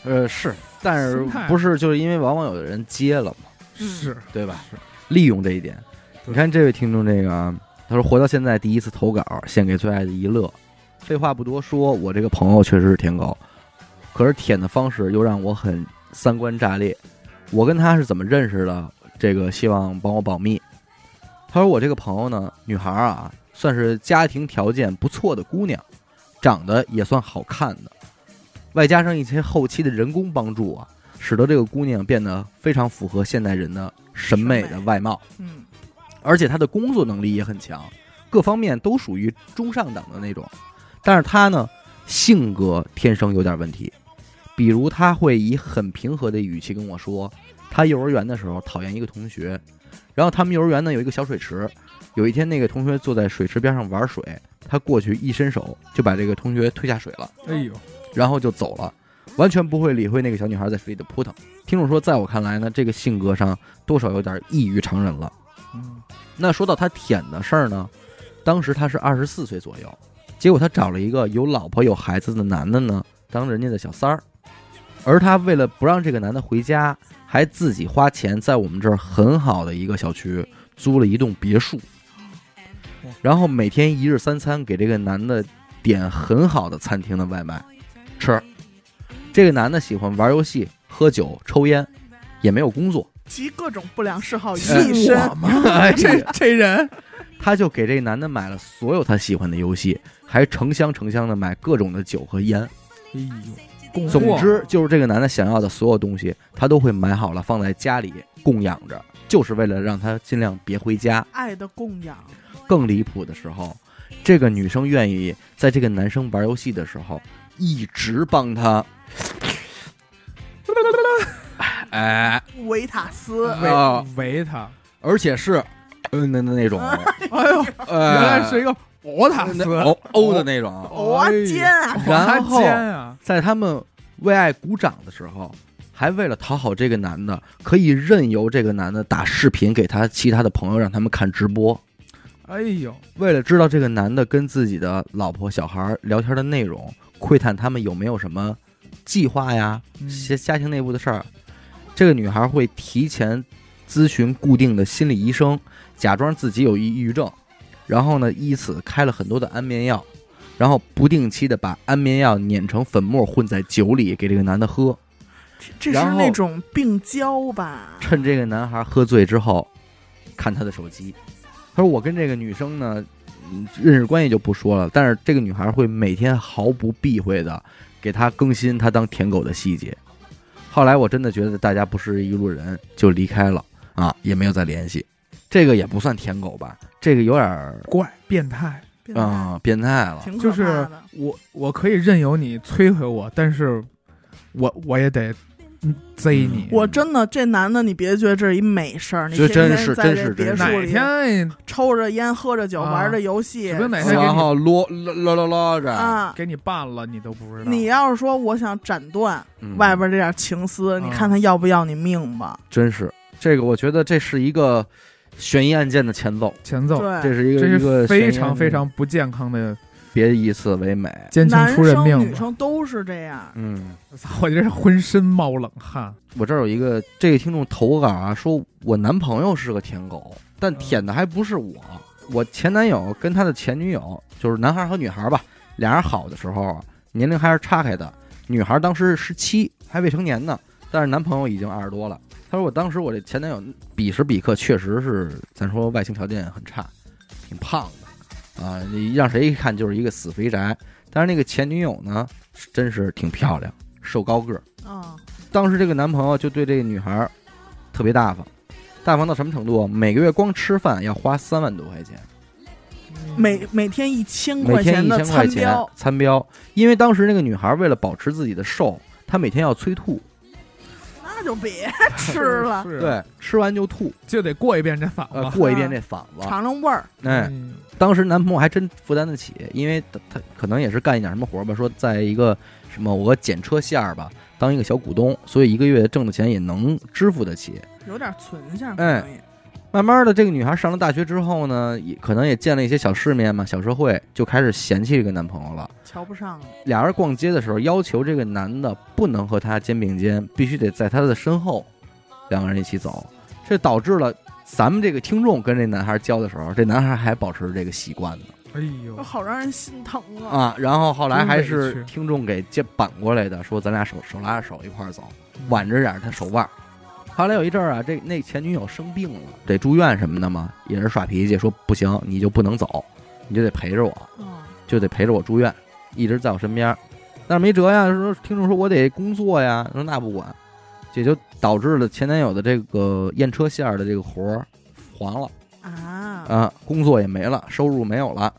呃，是，但是心态不是就是因为往往有的人接了嘛，嗯是对吧？是利用这一点。你看这位听众这个啊，他说活到现在第一次投稿，献给最爱的一乐。废话不多说，我这个朋友确实是舔狗，可是舔的方式又让我很三观炸裂。我跟他是怎么认识的？这个希望帮我保密。他说我这个朋友呢，女孩儿啊，算是家庭条件不错的姑娘，长得也算好看的，外加上一些后期的人工帮助啊，使得这个姑娘变得非常符合现代人的审美审的美外貌。嗯而且他的工作能力也很强，各方面都属于中上档的那种。但是他呢，性格天生有点问题，比如他会以很平和的语气跟我说，他幼儿园的时候讨厌一个同学，然后他们幼儿园呢有一个小水池，有一天那个同学坐在水池边上玩水，他过去一伸手就把这个同学推下水了。哎呦，然后就走了，完全不会理会那个小女孩在水里的扑腾。听众说，在我看来呢，这个性格上多少有点异于常人了。嗯，那说到他舔的事儿呢，当时他是二十四岁左右，结果他找了一个有老婆有孩子的男的呢，当人家的小三儿。而他为了不让这个男的回家，还自己花钱在我们这儿很好的一个小区租了一栋别墅，然后每天一日三餐给这个男的点很好的餐厅的外卖吃。这个男的喜欢玩游戏、喝酒、抽烟，也没有工作，集各种不良嗜好于哎一身是，我吗？ 这这人，他就给这男的买了所有他喜欢的游戏，还成箱成箱的买各种的酒和烟。哎呦，供货总之，就是这个男的想要的所有东西，他都会买好了放在家里供养着，就是为了让他尽量别回家。爱的供养，更离谱的时候，这个女生愿意在这个男生玩游戏的时候，一直帮 他哎，维塔斯，啊围围他，而且是，嗯，那那那 种，哎 呦，呃，原来是一个博塔斯那，欧欧哦的那种。哦啊哎呦尖啊，哎然后哇尖啊，在他们为爱鼓掌的时候，还为了讨好这个男的，可以任由这个男的打视频给他其他的朋友让他们看直播。哎呦，为了知道这个男的跟自己的老婆、小孩聊天的内容，窥探他们有没有什么计划呀、嗯家家庭内部的事儿，这个女孩会提前咨询固定的心理医生，假装自己有抑郁症，然后呢，依此开了很多的安眠药，然后不定期的把安眠药碾成粉末混在酒里给这个男的喝，这是然后那种病娇吧？趁这个男孩喝醉之后，看他的手机。他说：“我跟这个女生呢，嗯认识关系就不说了，但是这个女孩会每天毫不避讳的给他更新他当舔狗的细节。后来我真的觉得大家不是一路人，就离开了啊，也没有再联系。这个也不算舔狗吧，这个有点儿怪变态，变态啊、变态了。挺可就是怕的我我可以任由你摧毁我，但是我我也得嗯贼你。我真的，这男的，你别觉得这是一美事儿，你这天真天是在真是这别真是墅哪里天抽着烟、喝着酒、啊玩着游戏指不定哪天给然你后啰啰啰啰啰着，啊！给你办了，你都不知道。你要是说我想斩断嗯外边这点情丝，嗯你看他要不要你命吧？真是这个，我觉得这是一个悬疑案件的前奏。”前奏，这对，是一个这一个是非悬疑案常件非常不健康的别以此为美。奸情男出人生命女吧。生都是这样。嗯，操我这是浑身冒冷汗。我这儿有一个这个听众投稿啊，说我男朋友是个舔狗，但舔的还不是我。我前男友跟他的前女友，就是男孩和女孩吧，俩人好的时候啊，年龄还是岔开的。女孩当时十七，还未成年呢，但是男朋友已经二十多了。他说我当时我这前男友彼时彼刻确实是，咱说外形条件很差，挺胖的啊，你让谁一看就是一个死肥宅。但是那个前女友呢，是真是挺漂亮，瘦高个儿。啊，当时这个男朋友就对这个女孩儿特别大方，大方到什么程度？每个月光吃饭要花三万多块钱，嗯每每天一千每块天钱一的千块餐钱标，餐标。因为当时那个女孩为了保持自己的瘦，她每天要催吐，那就别吃了，是，对，吃完就吐，就得过一遍这嗓呃，子。过一遍这嗓子。尝尝味儿。哎，嗯，当时男朋友还真负担得起，因为他他可能也是干一点什么活儿吧，说在一个什么我捡车线儿吧，当一个小股东，所以一个月挣的钱也能支付得起。有点存性，哎可以。慢慢的，这个女孩上了大学之后呢，也可能也见了一些小世面嘛，小社会，就开始嫌弃这个男朋友了。瞧不上了，俩人逛街的时候，要求这个男的不能和她肩并肩，必须得在她的身后，两个人一起走。这导致了咱们这个听众跟这男孩交的时候，这男孩还保持这个习惯呢哎呦这，好让人心疼啊！啊。然后后来还真是委屈听众给接扳过来的，说咱俩手手拉着手一块儿走，挽着点儿他手腕儿，后来有一阵儿啊，这那前女友生病了，得住院什么的嘛，也是耍脾气，说不行，你就不能走，你就得陪着我。嗯就得陪着我住院，一直在我身边儿。但是没辙呀，说听众说我得工作呀，说那不管，也就导致了前男友的这个验车线儿的这个活儿黄了啊，啊，工作也没了，收入没有了。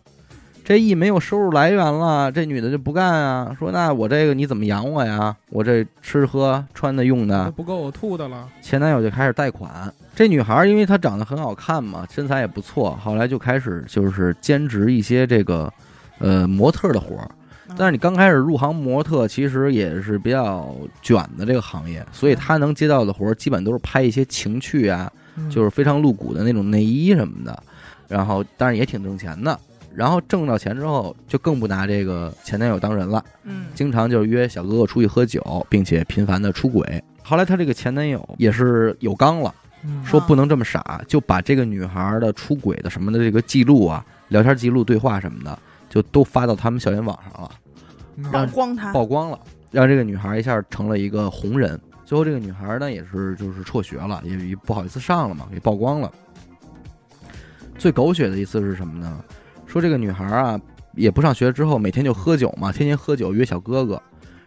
这一没有收入来源了，这女的就不干啊，说那我这个你怎么养我呀？我这吃喝穿的用的都，不够我吐的了。前男友就开始贷款。这女孩儿因为她长得很好看嘛，身材也不错，后来就开始就是兼职一些这个呃模特儿的活儿。但是你刚开始入行模特，其实也是比较卷的这个行业，所以她能接到的活儿基本都是拍一些情趣啊，嗯就是非常露骨的那种内衣什么的，然后当然也挺挣钱的。然后挣到钱之后，就更不拿这个前男友当人了，嗯经常就是约小哥哥出去喝酒，并且频繁的出轨。后来她这个前男友也是有刚了，嗯说不能这么傻，就把这个女孩的出轨的什么的这个记录啊、聊天记录、对话什么的，就都发到他们校园网上了。曝嗯让光他，曝光了，让这个女孩一下成了一个红人。最后这个女孩呢，也是就是辍学了，也也不好意思上了嘛，给曝光了。最狗血的一次是什么呢？说这个女孩啊，也不上学之后，每天就喝酒嘛，天天喝酒约小哥哥。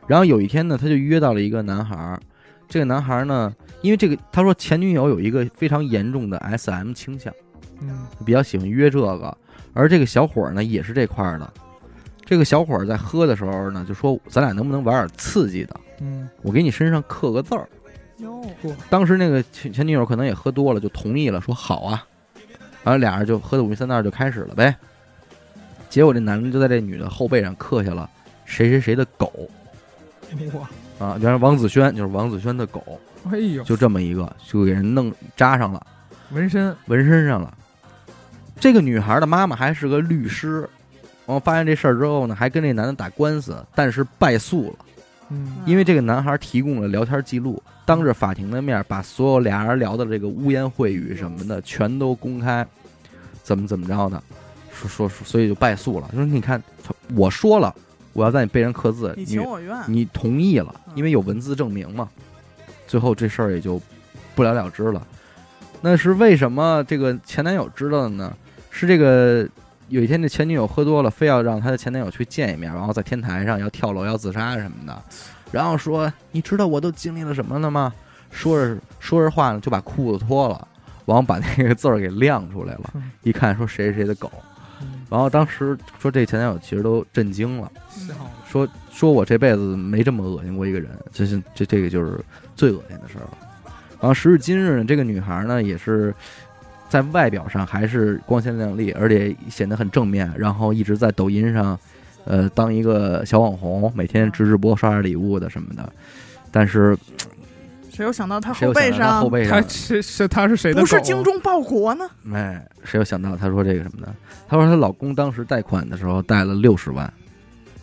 然后有一天呢，她就约到了一个男孩儿。这个男孩儿呢，因为这个，他说前女友有一个非常严重的 S M 倾向。嗯比较喜欢约这个，而这个小伙儿呢也是这块儿的。这个小伙儿在喝的时候呢，就说咱俩能不能玩点刺激的？嗯，我给你身上刻个字儿。哟，当时那个前前女友可能也喝多了，就同意了，说好啊。然后俩人就喝的五迷三道就开始了呗。结果这男的就在这女的后背上刻下了谁谁谁的狗哇，啊，原来王子轩就是王子轩的狗，哎呦，就这么一个就给人弄扎上了。纹身，纹身上了。这个女孩的妈妈还是个律师，然后发现这事儿之后呢，还跟这男的打官司，但是败诉了，嗯因为这个男孩提供了聊天记录，当着法庭的面把所有俩人聊的这个污言秽语什么的全都公开，怎么怎么着的，说说说，所以就败诉了。就说你看，我说了，我要在你背上刻字，你你情我愿，你同意了，嗯因为有文字证明嘛。最后这事儿也就不了了之了。那是为什么这个前男友知道的呢？是这个有一天这前女友喝多了，非要让她的前男友去见一面，然后在天台上要跳楼、要自杀什么的，然后说你知道我都经历了什么了吗？说着说着话呢，就把裤子脱了，然后把那个字儿给亮出来了，一看说谁谁谁的狗，嗯然后当时说这前男友其实都震惊了。笑了，说说我这辈子没这么恶心过一个人，这是这这个就是最恶心的事儿了。然后时至今日呢，这个女孩呢也是在外表上还是光鲜亮丽，而且显得很正面，然后一直在抖音上，呃，当一个小网红，每天直直播刷刷礼物的什么的。但是谁有想到他谁后又想背到她上后背上他是是他是谁的狗？不是精忠报国呢？哎，谁又想到她说这个什么呢？她说她老公当时贷款的时候贷了六十万，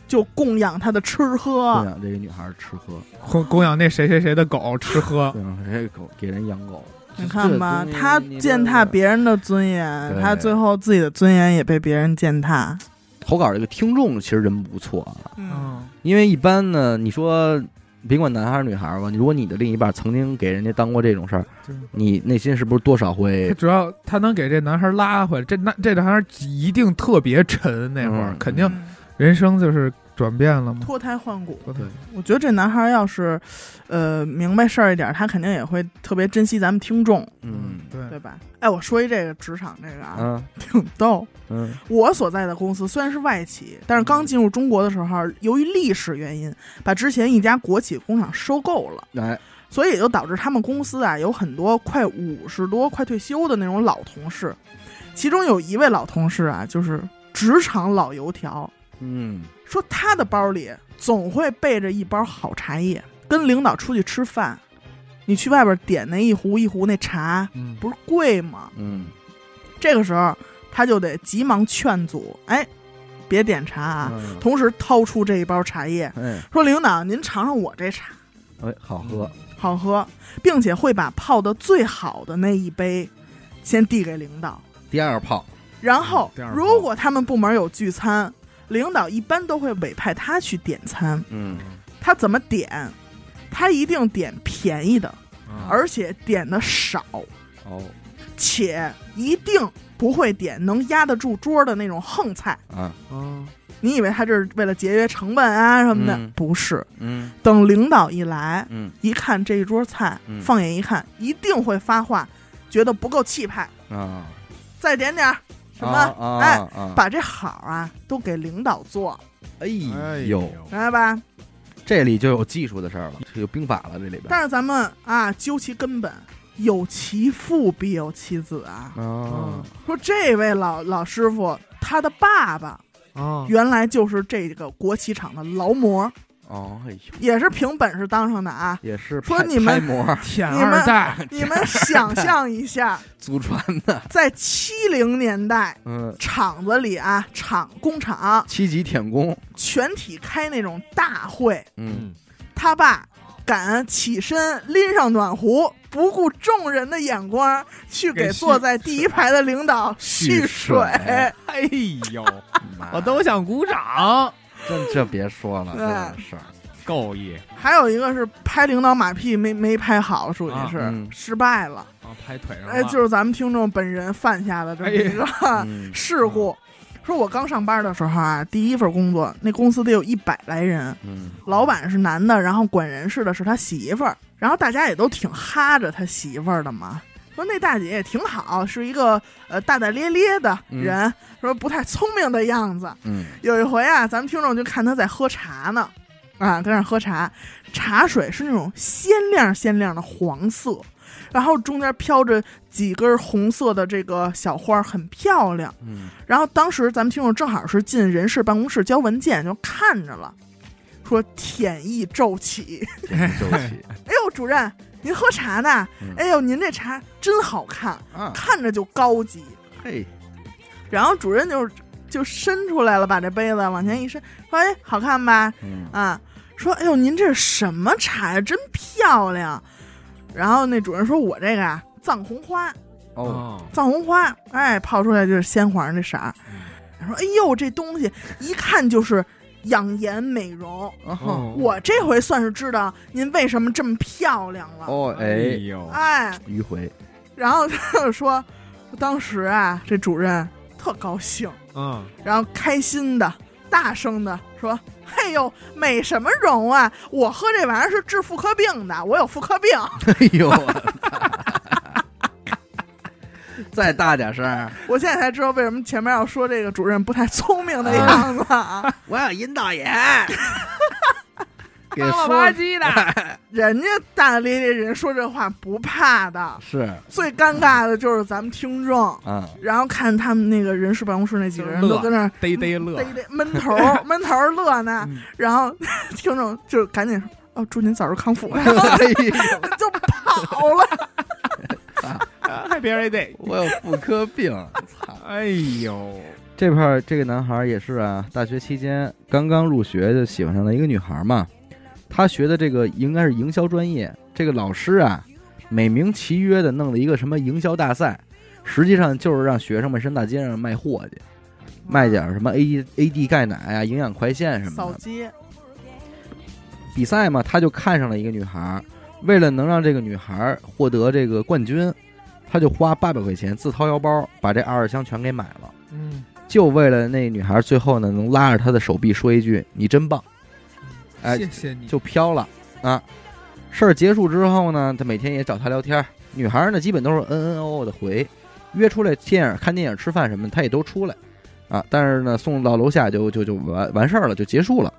就供养他的吃供喝，养这个女孩吃喝，供供养那谁谁谁的狗吃喝，供嗯养这狗给人养狗。你看吧这，东西他你践这踏别人的尊严，对他最后自己的尊严也被别人践踏。投稿这个听众其实人不错啊，嗯，嗯，因为一般呢，你说别管男孩儿女孩儿吧，如果你的另一半曾经给人家当过这种事儿，就是你内心是不是多少会他主要他能给这男孩拉回来，这男这男孩一定特别沉，那会儿、嗯肯定人生就是转变了嘛。脱胎换骨。对对我觉得这男孩要是，呃，明白事儿一点，他肯定也会特别珍惜咱们听众，嗯对对，吧？哎，我说一这个职场这个啊，啊挺逗。嗯我所在的公司虽然是外企，但是刚进入中国的时候，由于历史原因，把之前一家国企工厂收购了。哎所以也就导致他们公司啊有很多快五十多、快退休的那种老同事，其中有一位老同事啊，就是职场老油条，嗯说他的包里总会备着一包好茶叶。跟领导出去吃饭，你去外边点那一壶一壶那茶，嗯，不是贵吗？嗯这个时候他就得急忙劝阻，哎，别点茶啊！嗯同时掏出这一包茶叶，哎说：“领导，您尝尝我这茶。”哎好喝好喝，并且会把泡的最好的那一杯先递给领导。第二泡然后嗯第二，泡如果他们部门有聚餐，领导一般都会委派他去点餐。嗯他怎么点？他一定点便宜的，嗯而且点的少，哦，且一定不会点能压得住桌的那种横菜。嗯哦，你以为他这是为了节约成本啊什么的？嗯不是，嗯等领导一来，嗯一看这一桌菜，嗯放眼一看，一定会发话，觉得不够气派，啊，再点点儿什么，啊啊哎，啊把这好啊都给领导做，哎哎呦，明白吧？这里就有技术的事儿了，有兵法了，这里边。但是咱们啊，究其根本，有其父必有其子啊。啊，说这位老老师傅，他的爸爸嗯啊，原来就是这个国企厂的劳模，哦，哎呦，也是凭本事当上 的啊。也是说拍你们拍模舔二代， 你们想象一下，祖传的，在七零年代，嗯，厂子里啊，厂工厂 七级舔工，全体开那种大会，嗯，他爸敢起身拎上暖壶，不顾众人的眼光，去给给续坐在第一排的领导续续水水。哎 呦，妈我都想鼓掌，真这别说了，哎这事儿，够意还有一个是拍领导马屁没没拍好，属于是、啊嗯失败了。啊，拍腿上了，哎，就是咱们听众本人犯下的这么哎一个、嗯事故。说我刚上班的时候啊，第一份工作，那公司得有一百来人，嗯老板是男的，然后管人事的是他媳妇儿，然后大家也都挺哈着他媳妇儿的嘛。说那大姐也挺好，是一个呃大大咧咧的人，说不太聪明的样子。嗯有一回啊，咱们听众就看他在喝茶呢，啊，跟那儿喝茶，茶水是那种鲜亮鲜亮的黄色，然后中间飘着几根红色的这个小花儿，很漂亮。嗯然后当时咱们听众正好是进人事办公室交文件，就看着了，说舔意骤起。 嗯，周琦，哎呦，主任，您喝茶呢嗯？哎呦，您这茶真好看，啊，看着就高级。嘿，然后主任就就伸出来了，把这杯子往前一伸，说：“哎，好看吧？嗯啊，说，哎呦，您这是什么茶呀？真漂亮。”然后那主任说：“我这个啊，藏红花。”嗯哦，藏红花，哎，泡出来就是鲜黄这色儿。他说：“哎呦，这东西一看就是养颜美容。啊哈哦，我这回算是知道您为什么这么漂亮了。哦，哎哎，呦，哎，迂回，然后他就说，当时啊，这主任特高兴，嗯，然后开心的、大声的说：“嘿呦，美什么容啊！我喝这玩意儿是治妇科病的，我有妇科病。 哎呦，再大点声儿，我现在才知道为什么前面要说这个主任不太聪明的样子啊。” 我要引导眼，给妈了说吧唧的，人家大大咧咧人说这话不怕的，是最尴尬的就是咱们听众，啊，然后看他们那个人事办公室那几个人都跟那儿嘚嘚乐逮，逮闷头闷头乐呢，嗯然后 听众就赶紧说：“哦，祝您早日 康复。”然后哎呦就跑了。嗨，Happy Day，我有妇科病，操！哎呦，这块儿这个男孩儿也是啊，大学期间刚刚入学就喜欢上了一个女孩儿嘛，他学的这个应该是营销专业，这个老师啊，美名其曰的弄了一个什么营销大赛，实际上就是让学生们上大街上卖货去，卖点儿什么 A A D 钙奶啊、营养快线什么扫的。街，比赛嘛，他就看上了一个女孩儿，为了能让这个女孩儿获得这个冠军，他就花八百块钱自掏腰包把这二十箱全给买了。嗯，就为了那女孩最后呢能拉着他的手臂说一句“你真棒”，哎，谢谢你，就飘了啊。事儿结束之后呢，他每天也找她聊天儿，女孩呢基本都是嗯嗯哦哦的回，约出来电影看电影、吃饭什么，她也都出来啊。但是呢，送到楼下就就就完完事儿了，就结束了。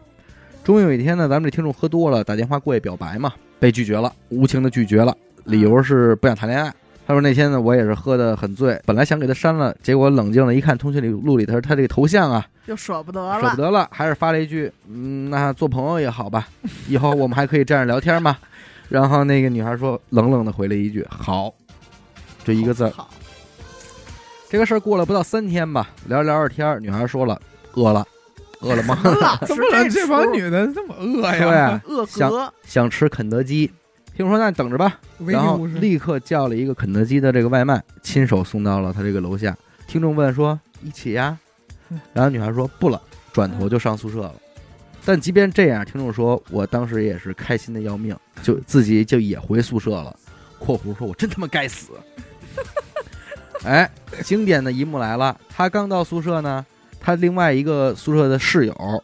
终于有一天呢，咱们这听众喝多了，打电话过去表白嘛，被拒绝了，无情的拒绝了，理由嗯是不想谈恋爱。他说那天呢，我也是喝得很醉，本来想给他删了，结果冷静了一看通讯录里头他这个头像啊，就嗯舍不得舍不了。得了，还是发了一句：“嗯，那做朋友也好吧， 以后我们还可以这样聊天嘛。”然后那个女孩说，冷冷的回了一句：“好。”就一个字儿。好，这个事儿过了不到三天吧，聊着聊着天儿，女孩说了：“饿了，饿了吗？ 老 怎是么了？这出帮女的这么饿呀？对，啊恶想格，想吃肯德基。”听说那等着吧，对然后立立刻叫了一个肯德基的这个外卖，亲手送到了他这个楼下。听众问说：“一起呀？”然后女孩说：“不了。”转头就上宿舍了。但即便这样，听众说我当时也是开心的要命，就自己就也回宿舍了。括弧说：“我真他妈该死。”哎，经典的一幕来了，他刚到宿舍呢，他另外一个宿舍的室友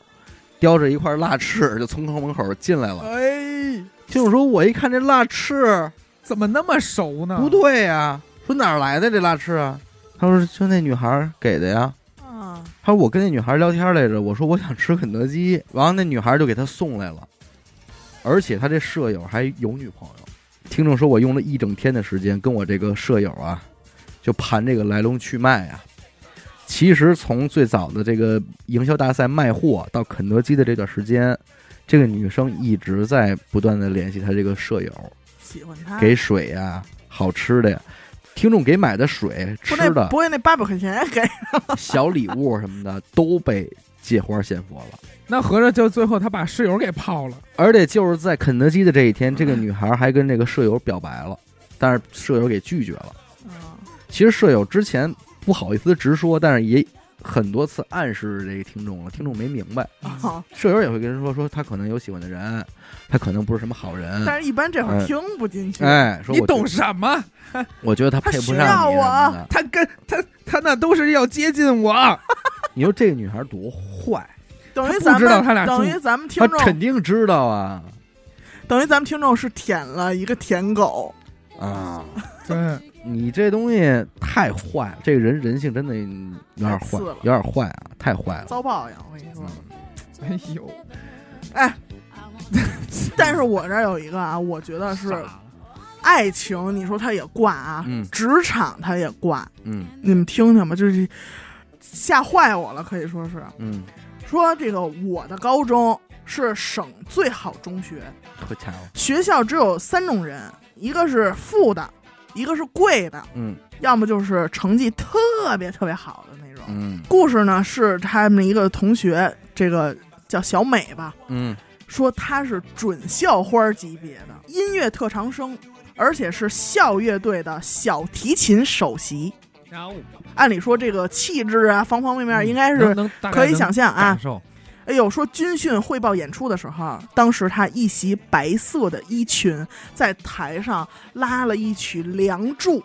叼着一块蜡翅就从门口进来了。哎，听我说，我一看这蜡翅怎么那么熟呢？不，对呀、说哪儿来的这蜡翅啊？他说就那女孩给的呀。啊，他说我跟那女孩聊天来着，我说我想吃肯德基，然后那女孩就给他送来了，而且他这舍友还有女朋友。听众说我用了一整天的时间跟我这个舍友啊，就盘这个来龙去脉啊。其实从最早的这个营销大赛卖货到肯德基的这段时间，这个女生一直在不断的联系她这个舍友，喜欢他。给水呀、好吃的呀、听众给买的水、吃不那的不、会那八百块钱给小礼物什么的都被借花献佛了。那合着就最后他把室友给泡了。而且就是在肯德基的这一天，这个女孩还跟这个舍友表白了，但是舍友给拒绝了。嗯其实舍友之前不好意思直说，但是也很多次暗示这个听众了，听众没明白。哦，舍友也会跟人说，说他可能有喜欢的人，他可能不是什么好人。但是一般这会儿哎听不进去。哎，说你我觉懂什么？我觉得他配不上你他需要啊什么我的。他跟他他那都是要接近我。你说这个女孩多坏，等于他不咱知道们他俩等住于咱们听她众肯定知道啊等于咱们听众是舔了一个舔狗，啊！对，你这东西太坏，这个人人性真的有点太坏，次了有点坏啊，太坏了。遭报应。我跟你说，嗯哎呦， 但是我这儿有一个啊，我觉得是爱情，你说它也挂啊，嗯职场它也挂，嗯你们听听吧，就是吓坏我了，可以说是嗯，说这个我的高中是省最好中学，特强。学校只有三种人，一个是富的，一个是贵的，嗯要么就是成绩特别特别好的那种。嗯故事呢是他们一个同学，这个叫小美吧，嗯说她是准校花级别的音乐特长生，而且是校乐队的小提琴首席。然后按理说这个气质啊，方方面面应该能是能嗯大概可以能想象啊感。受哎呦，说军训汇报演出的时候，当时她一袭白色的衣裙，在台上拉了一曲《梁祝》。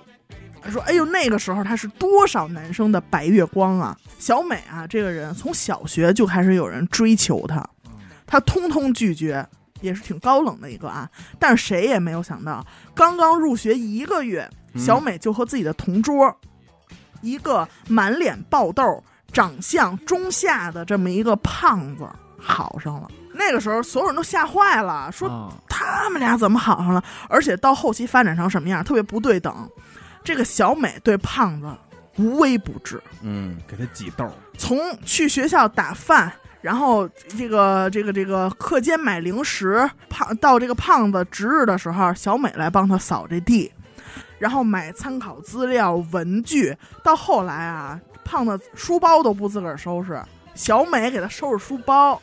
说，哎呦，那个时候她是多少男生的白月光啊！小美啊，这个人从小学就开始有人追求她，她通通拒绝，也是挺高冷的一个啊。但是谁也没有想到，刚刚入学一个月，嗯小美就和自己的同桌，一个满脸爆痘、长相中下的这么一个胖子好上了。那个时候，所有人都吓坏了，说啊他们俩怎么好上了？而且到后期发展成什么样，特别不对等。这个小美对胖子无微不至，嗯给他挤痘儿，从去学校打饭，然后这个这个这个课间买零食，胖到这个胖子值日的时候，小美来帮他扫这地，然后买参考资料、文具，到后来啊，胖子书包都不自个儿收拾，小美给他收拾书包，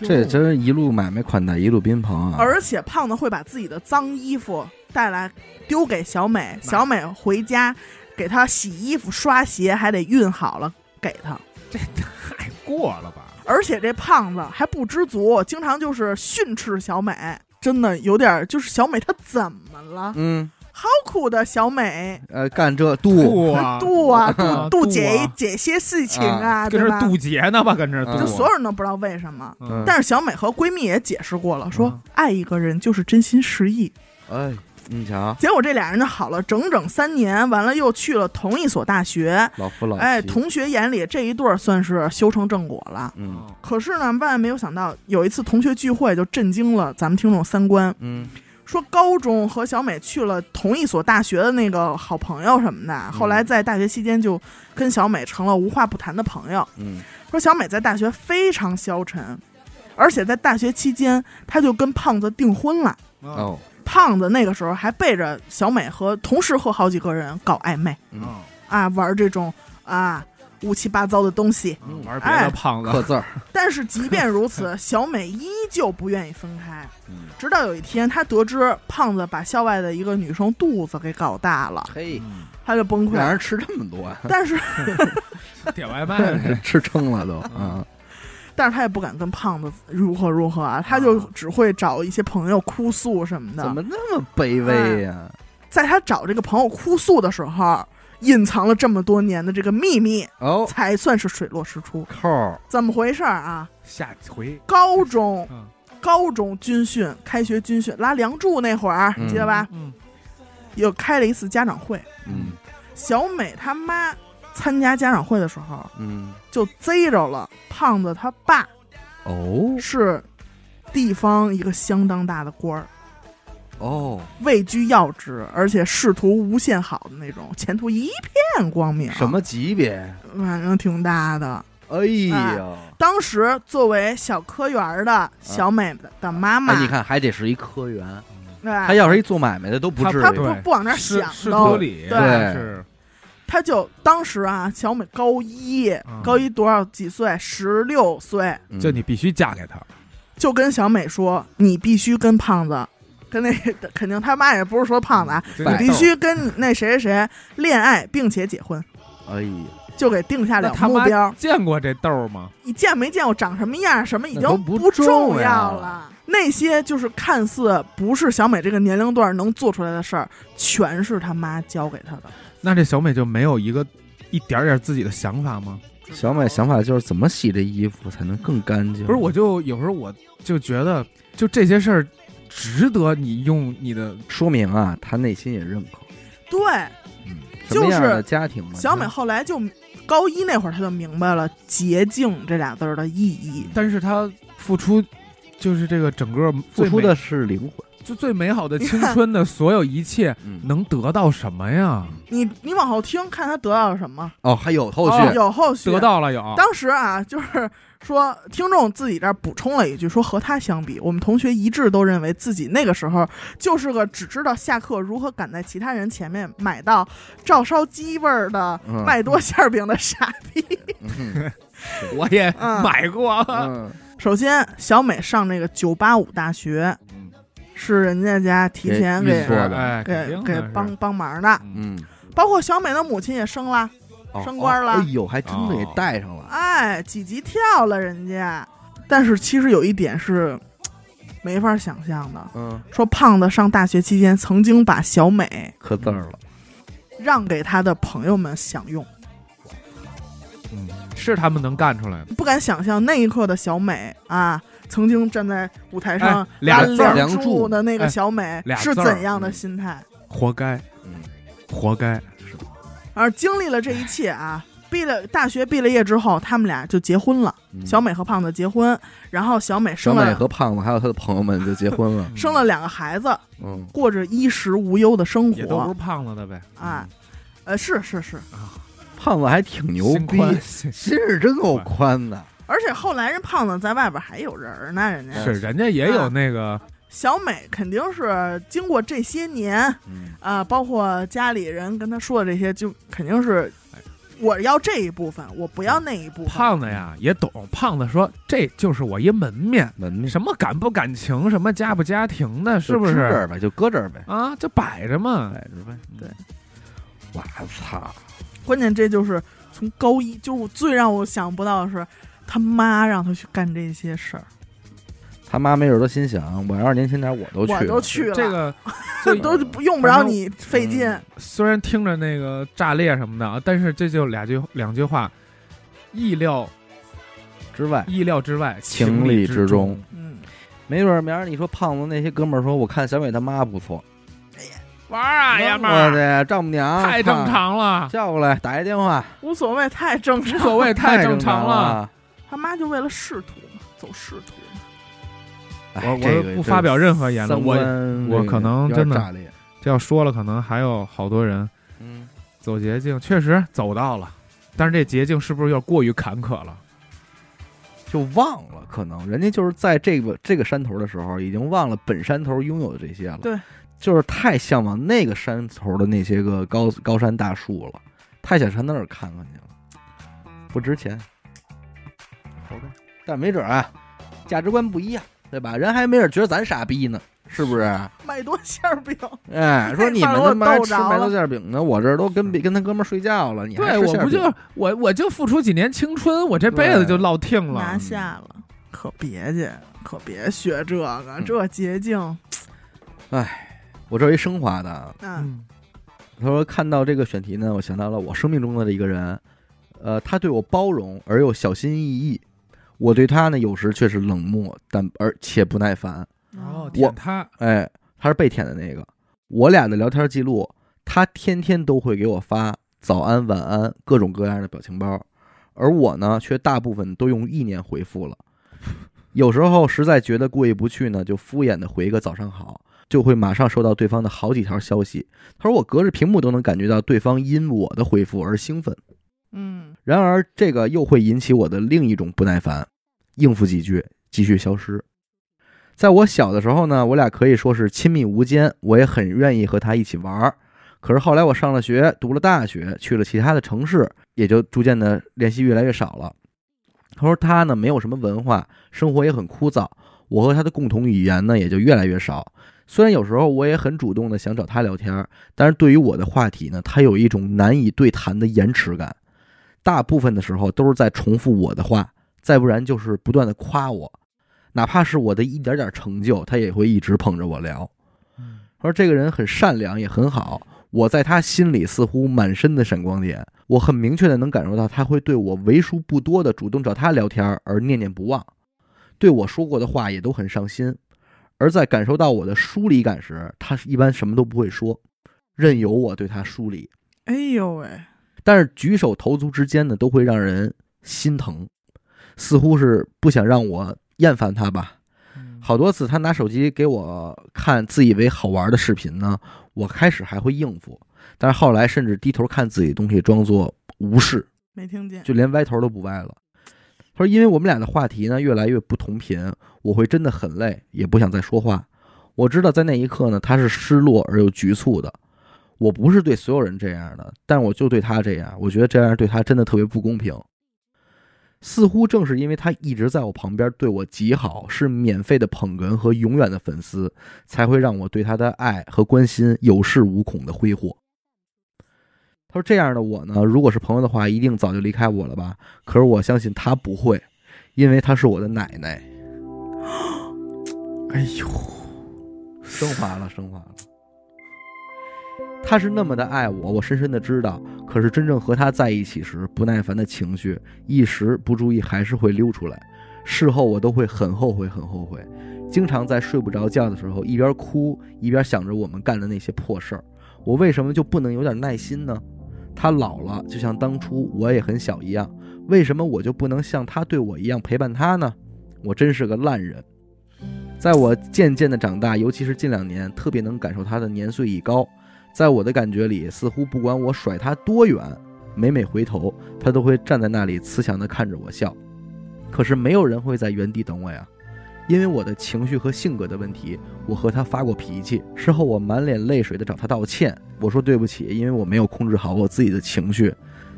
这真是一路买卖款待一路宾朋啊！而且胖子会把自己的脏衣服带来丢给小美，小美回家给他洗衣服、刷鞋，还得熨好了给他。太过了吧？而且这胖子还不知足，经常就是训斥小美，真的有点儿就是小美她怎么了？嗯好苦的小美，呃，干这度 啊 杜啊啊杜杜姐啊姐些事情啊，跟对这吧？渡劫呢吧？跟这啊就渡，所有人都不知道为什么。嗯但是小美和闺蜜也解释过了，说嗯爱一个人就是真心实意。哎，你瞧，结果这俩人就好了整整三年，完了又去了同一所大学。老夫老妻哎，同学眼里这一对儿算是修成正果了。嗯可是呢，万万没有想到，有一次同学聚会就震惊了咱们听众三观。嗯说高中和小美去了同一所大学的那个好朋友什么的，后来在大学期间就跟小美成了无话不谈的朋友。嗯说小美在大学非常消沉，而且在大学期间，她就跟胖子订婚了。哦哦胖子那个时候还背着小美和同时和好几个人搞暧昧嗯，啊，玩这种啊乌七八糟的东西。嗯玩别的胖刻子，字儿，但是即便 如此，小美依旧不愿意分开。嗯直到有一天，她得知胖子把校外的一个女生肚子给搞大了，嘿，她就崩溃让了。哎人吃这么多 啊，但是，点 外卖吃撑了都啊嗯，但是她也不敢跟胖子如何如啊何啊，她就只会找一些朋友哭诉什么的。怎么那么卑微呀？在他找这个朋友哭诉的时候，隐藏了这么多年的这个秘密，哦，才算是水落石出。扣儿怎么回事儿啊？下回高中嗯高中军训，开学军训拉梁祝那会儿，啊嗯记得吧？嗯又开了一次家长会，嗯小美他妈参加家长会的时候，嗯，就贼着了胖子他爸哦是地方一个相当大的官儿，哦，位居要职，而且仕途无限好的那种，前途一片光明。什？么级别？反正挺大的。哎呀，当时作为小科员儿的小美的妈妈，哎，你看还得是一科员，对，他要是一做买卖的都不他至啊他于不对不往那儿是想是都托，里，对是他就当时啊，小美高一，嗯高一多少几岁？十六岁，，嗯就你必须嫁给他，就跟小美说，你必须跟胖子，跟那 肯定他妈也不是说胖子啊，真你百的必须跟那谁谁谁恋爱并且结婚，哎呀，就给定下那了他目妈标。见过这豆儿吗？你见没见过长什么样，什么已那经都不不重重要了。那些就是看似不是小美这个年龄段能做出来的事儿，全是他妈教给她的。那这小美就没有一个一点点自己的想法吗？小美想法就是怎么洗这衣服才能更干净？不是，我就有时候我就觉得，就这些事儿值得你用你的说明啊，他内心也认可，对，嗯，什就是么样的家庭嘛？小美后来就高一那会儿，她就明白了“捷径”这俩字儿的意义。但是他付出，就是这个整个付最出美的是灵魂，就最美好的你青看春的所有一切，嗯，能得到什么呀？你你往后听，看她得到了什么？哦，还有后哦续，啊有后续。得到了有，当时啊，就是说听众自己这儿补充了一句，说和他相比，我们同学一致都认为自己那个时候就是个只知道下课如何赶在其他人前面买到照烧鸡味儿的嗯麦多馅儿饼的傻逼。嗯我也嗯买过。嗯首先，小美上这个九八五大学嗯是人家家提前给给运作的哎，肯给定的给是帮帮忙的，嗯，嗯，包括小美的母亲也升了，哦 升官哦了哎呦，还真的给带上了，哎，几级跳了人家。但是其实有一点是没法想象的，嗯，说胖子上大学期间曾经把小美刻字儿了，让给他的朋友们享用，嗯是他们能干出来的。不敢想象那一刻的小美啊，曾经站在舞台上哎俩按字儿梁梁祝祝的那个哎小美俩是字儿嗯怎样的心态？活该，嗯，活该。而经历了这一切啊，毕了大学毕了业之后，他们俩就结婚了，嗯小美和胖子结婚，然后小美小生美了和胖子还有他的朋友们就结婚 了，生了两个孩子，嗯，过着衣食无忧的生也都不是活胖子的呗。啊。呃，是是是，胖子还挺牛心逼，宽心是真够宽的，而且后来人胖子在外边还有人儿呢，人家是人家也嗯有那个小美肯定是经过这些年啊、嗯，包括家里人跟她说的这些，就肯定是我要这一部分，我不要那一部分。胖子呀，也懂。胖子说这就是我一门面，门面什么感不感情，什么家不家庭的，是不嗯就支这是？儿吧，就搁这儿呗，哎啊，就摆着嘛。摆哎着呗，对，我操，关键这就是从高一，就是我最让我想不到的是，他妈让他去干这些事儿，他妈没准都心想，我要是年轻点，我都去了，我都去了，这个这 这都不用不着你费劲。嗯虽然听着那个炸裂什么的啊，但是这就俩句两句话，意料之外，意料之外，情情理之之中。嗯，没准儿明儿你说胖子那些哥们儿说，我看小美他妈不错，玩儿啊，爷们我儿，的丈母娘太正，常了看，叫过来打一电话，无所谓，太正常无了。所谓，太正正常了。了。他妈就为了仕途嘛，走仕途嘛。哎我这个我不发表任何言论，三我观我这个可能有点真的炸裂，这要说了，可能还有好多人嗯，走捷径，确实走到了，但是这捷径是不是有点过于坎坷了？就忘了，可能人家就是在这个这个山头的时候，已经忘了本山头拥有的这些了。对，就是太向往那个山头的那些个高高山大树了，太想上那儿看看去了，不值钱。好吧，但没准儿啊，价值观不一样，对吧？人还没准觉得咱傻逼呢，是不是？麦多馅儿饼， 哎，说你们把他妈我逗吃着馒头了馅饼呢，我这儿都跟别跟他哥们儿睡觉了，你还对，吃我馅不就饼我我就付出几年青春，我这辈子就落听了拿。嗯下了，可别介，可别学这个，啊嗯这捷径。我这儿一升华的啊，嗯嗯他说看到这个选题呢，我想到了我生命中的一个人，呃，他对我包容而又小心翼翼，我对他呢有时却是冷漠，但而且不耐烦。啊然我后哦舔他，哎，他是被舔的那个。我俩的聊天记录，他天天都会给我发早安、晚安，各种各样的表情包，而我呢，却大部分都用意念回复了。有时候实在觉得过意不去呢，就敷衍的回一个早上好，就会马上收到对方的好几条消息。他说我隔着屏幕都能感觉到对方因我的回复而兴奋。嗯然而，这个又会引起我的另一种不耐烦，应付几句，继续消失。在我小的时候呢，我俩可以说是亲密无间，我也很愿意和他一起玩儿。可是后来我上了学，读了大学，去了其他的城市，也就逐渐的联系越来越少了。他说他呢没有什么文化，生活也很枯燥，我和他的共同语言呢也就越来越少。虽然有时候我也很主动的想找他聊天儿，但是对于我的话题呢，他有一种难以对谈的延迟感。大部分的时候都是在重复我的话，再不然就是不断的夸我，哪怕是我的一点点成就，他也会一直捧着我聊。他说这个人很善良，也很好，我在他心里似乎满身的闪光点，我很明确的能感受到他会对我为数不多的主动找他聊天而念念不忘，对我说过的话也都很上心。而在感受到我的疏离感时，他是一般什么都不会说，任由我对他疏离。哎呦喂，但是举手投足之间呢，都会让人心疼，似乎是不想让我厌烦他吧。嗯好多次他拿手机给我看自以为好玩的视频呢，我开始还会应付，但是后来甚至低头看自己的东西，装作无视，没听见，就连歪头都不歪了。他说：“因为我们俩的话题呢越来越不同频，我会真的很累，也不想再说话。我知道在那一刻呢，他是失落而又局促的。我不是对所有人这样的，但我就对他这样，我觉得这样对他真的特别不公平。似乎正是因为他一直在我旁边，对我极好，是免费的捧哏和永远的粉丝，才会让我对他的爱和关心有恃无恐的挥霍。”他说：“这样的我呢，如果是朋友的话，一定早就离开我了吧？可是我相信他不会，因为她是我的奶奶。 哎呦，升华了，升华了。她是那么的爱我，我深深的知道。可是真正和她在一起时，不耐烦的情绪一时不注意还是会溜出来。事后我都会很后悔，很后悔。经常在睡不着觉的时候，一边哭一边想着我们干的那些破事儿。我为什么就不能有点耐心呢？她老了，就像当初我也很小一样。为什么我就不能像她对我一样陪伴她呢？我真是个烂人。在我渐渐的长大，尤其是近两年，特别能感受他的年岁已高。在我的感觉里，似乎不管我甩他多远，每每回头，他都会站在那里慈祥的看着我笑。可是没有人会在原地等我呀，因为我的情绪和性格的问题，我和他发过脾气。事后我满脸泪水的找他道歉，我说对不起，因为我没有控制好我自己的情绪。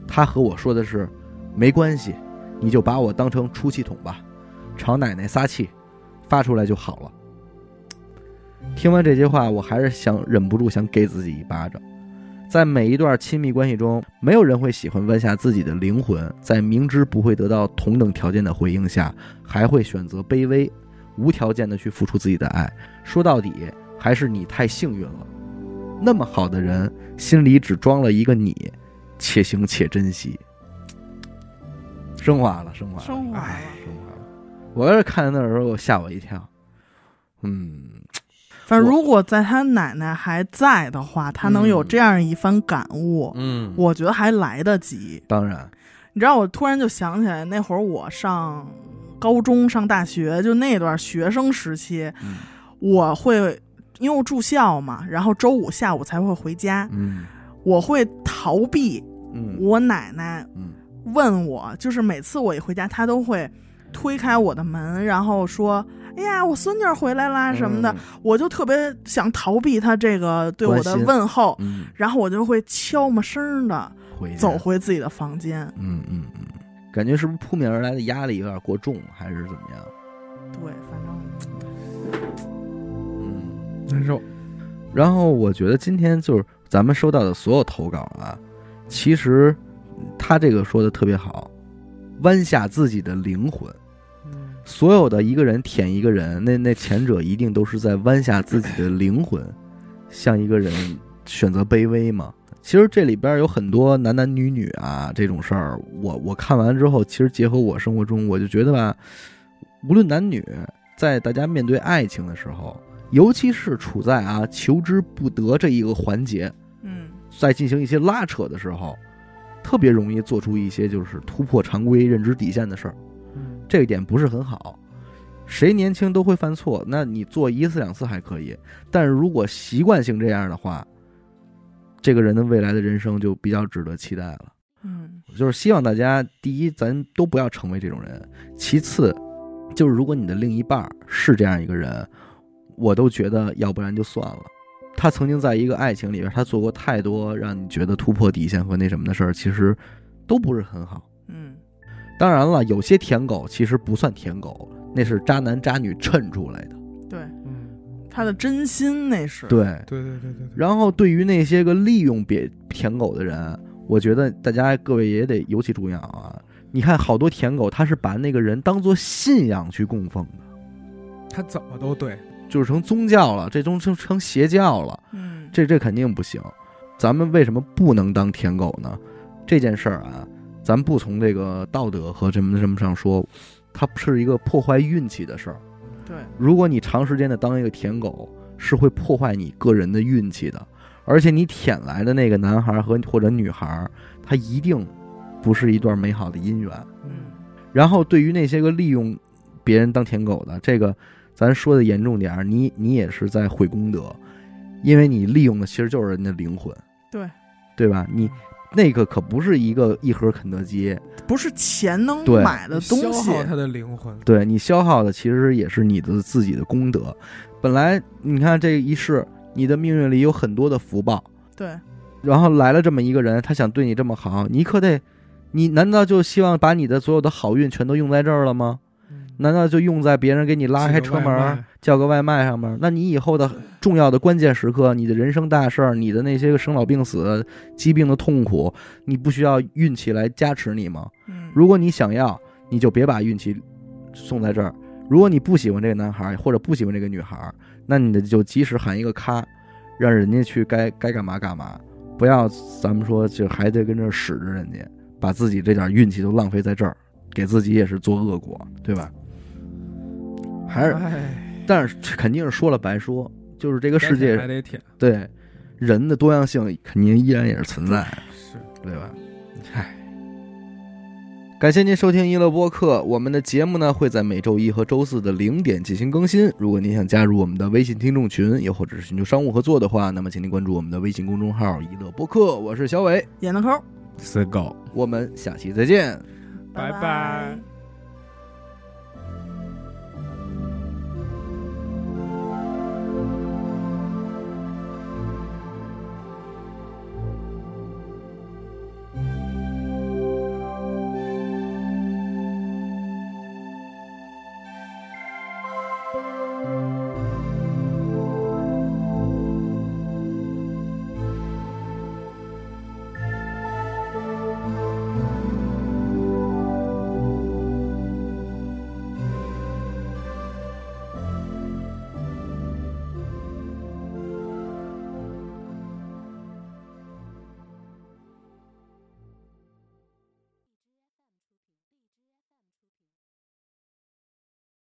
他和我说的是，没关系，你就把我当成出气筒吧，朝奶奶撒气。发出来就好了。听完这些话，我还是想忍不住想给自己一巴掌。在每一段亲密关系中，没有人会喜欢弯下自己的灵魂，在明知不会得到同等条件的回应下，还会选择卑微、无条件的去付出自己的爱。说到底，还是你太幸运了。那么好的人，心里只装了一个你，且行且珍惜。升华了，升华了，升华了哎。生活了。我要是看到那儿的时候，我吓我一跳。嗯，反正我如果在他奶奶还在的话，他能有嗯这样一番感悟，嗯我觉得还来得及。当然，你知道，我突然就想起来，那会儿我上高中、上大学，就那段学生时期，嗯我会因为我住校嘛，然后周五下午才会回家，嗯我会逃避嗯我奶奶嗯问我，就是每次我一回家，她都会推开我的门，然后说：“哎呀，我孙女儿回来啦什嗯么的。，我就特别想逃避她这个对我的关心问候，嗯，然后我就会悄么声的嗯回去走，回自己的房间。嗯嗯嗯，感觉是不是扑面而来的压力有点过重，还是怎么样？对，反正嗯。难受，然后我觉得今天就是咱们收到的所有投稿啊，其实嗯他这个说的特别好，弯下自己的灵魂。嗯所有的一个人舔一个人，那那前者一定都是在弯下自己的灵魂，向一个人选择卑微吗？其实这里边有很多男男女女啊这种事儿，我我看完之后，其实结合我生活中，我就觉得吧，无论男女，在大家面对爱情的时候，尤其是处在啊求之不得这一个环节，嗯，在进行一些拉扯的时候，特别容易做出一些就是突破常规认知底线的事儿。嗯这一点不是很好。谁年轻都会犯错，那你做一次两次还可以，但是如果习惯性这样的话，这个人的未来的人生就比较值得期待了。嗯就是希望大家，第一，咱都不要成为这种人；其次，就是如果你的另一半儿是这样一个人，我都觉得要不然就算了。他曾经在一个爱情里边，他做过太多让你觉得突破底线和那什么的事儿，其实都不是很好。嗯当然了，有些舔狗其实不算舔狗，那是渣男渣女衬出来的。对，嗯，他的真心那是，对，对对对对对，然后对于那些个利用别舔狗的人，我觉得大家各位也得尤其注意啊。你看，好多舔狗他是把那个人当做信仰去供奉的，他怎么都对，就是成宗教了，这种成成邪教了，嗯，这这肯定不行。咱们为什么不能当舔狗呢？这件事儿啊，咱不从这个道德和什么什么上说，它是一个破坏运气的事儿。对，如果你长时间的当一个舔狗，是会破坏你个人的运气的。而且你舔来的那个男孩和或者女孩，他一定不是一段美好的姻缘。嗯然后对于那些个利用别人当舔狗的，这个咱说的严重点儿，你你也是在毁功德，因为你利用的其实就是人的灵魂，对对吧？你那个可不是一个一盒肯德基，不是钱能对买的东嗯消西耗，他的灵魂，对你消耗的其实也是你的自己的功德。本来你看这一世，你的命运里有很多的福报，对，然后来了这么一个人，他想对你这么好，你可得，你难道就希望把你的所有的好运全都用在这儿了吗？难道就用在别人给你嗯拉开车嗯门儿、叫个外卖上面儿？那你以后的重要的关键时刻，你的人生大事儿，你的那些个生老病死、疾病的痛苦，你不需要运气来加持你吗？嗯，如果你想要，你就别把运气送在这儿；如果你不喜欢这个男孩儿或者不喜欢这个女孩儿，那你的就及时喊一个咔，让人家去该该干嘛干嘛，不要咱们说就还得跟这儿使着人家，把自己这点运气都浪费在这儿，给自己也是做恶果，对吧？还是，哎，但是这肯定是说了白说，就是这个世该舔界还得舔，对人的多样性肯定依然也是存在的。是对吧？唉，感谢您收听一乐播客，我们的节目呢会在每周一和周四的零点进行更新。如果您想加入我们的微信听众群，又或者是寻求商务合作的话，那么请您关注我们的微信公众号“一乐播客”，我是小伟，演的抠，死狗。我们下期再见。拜拜拜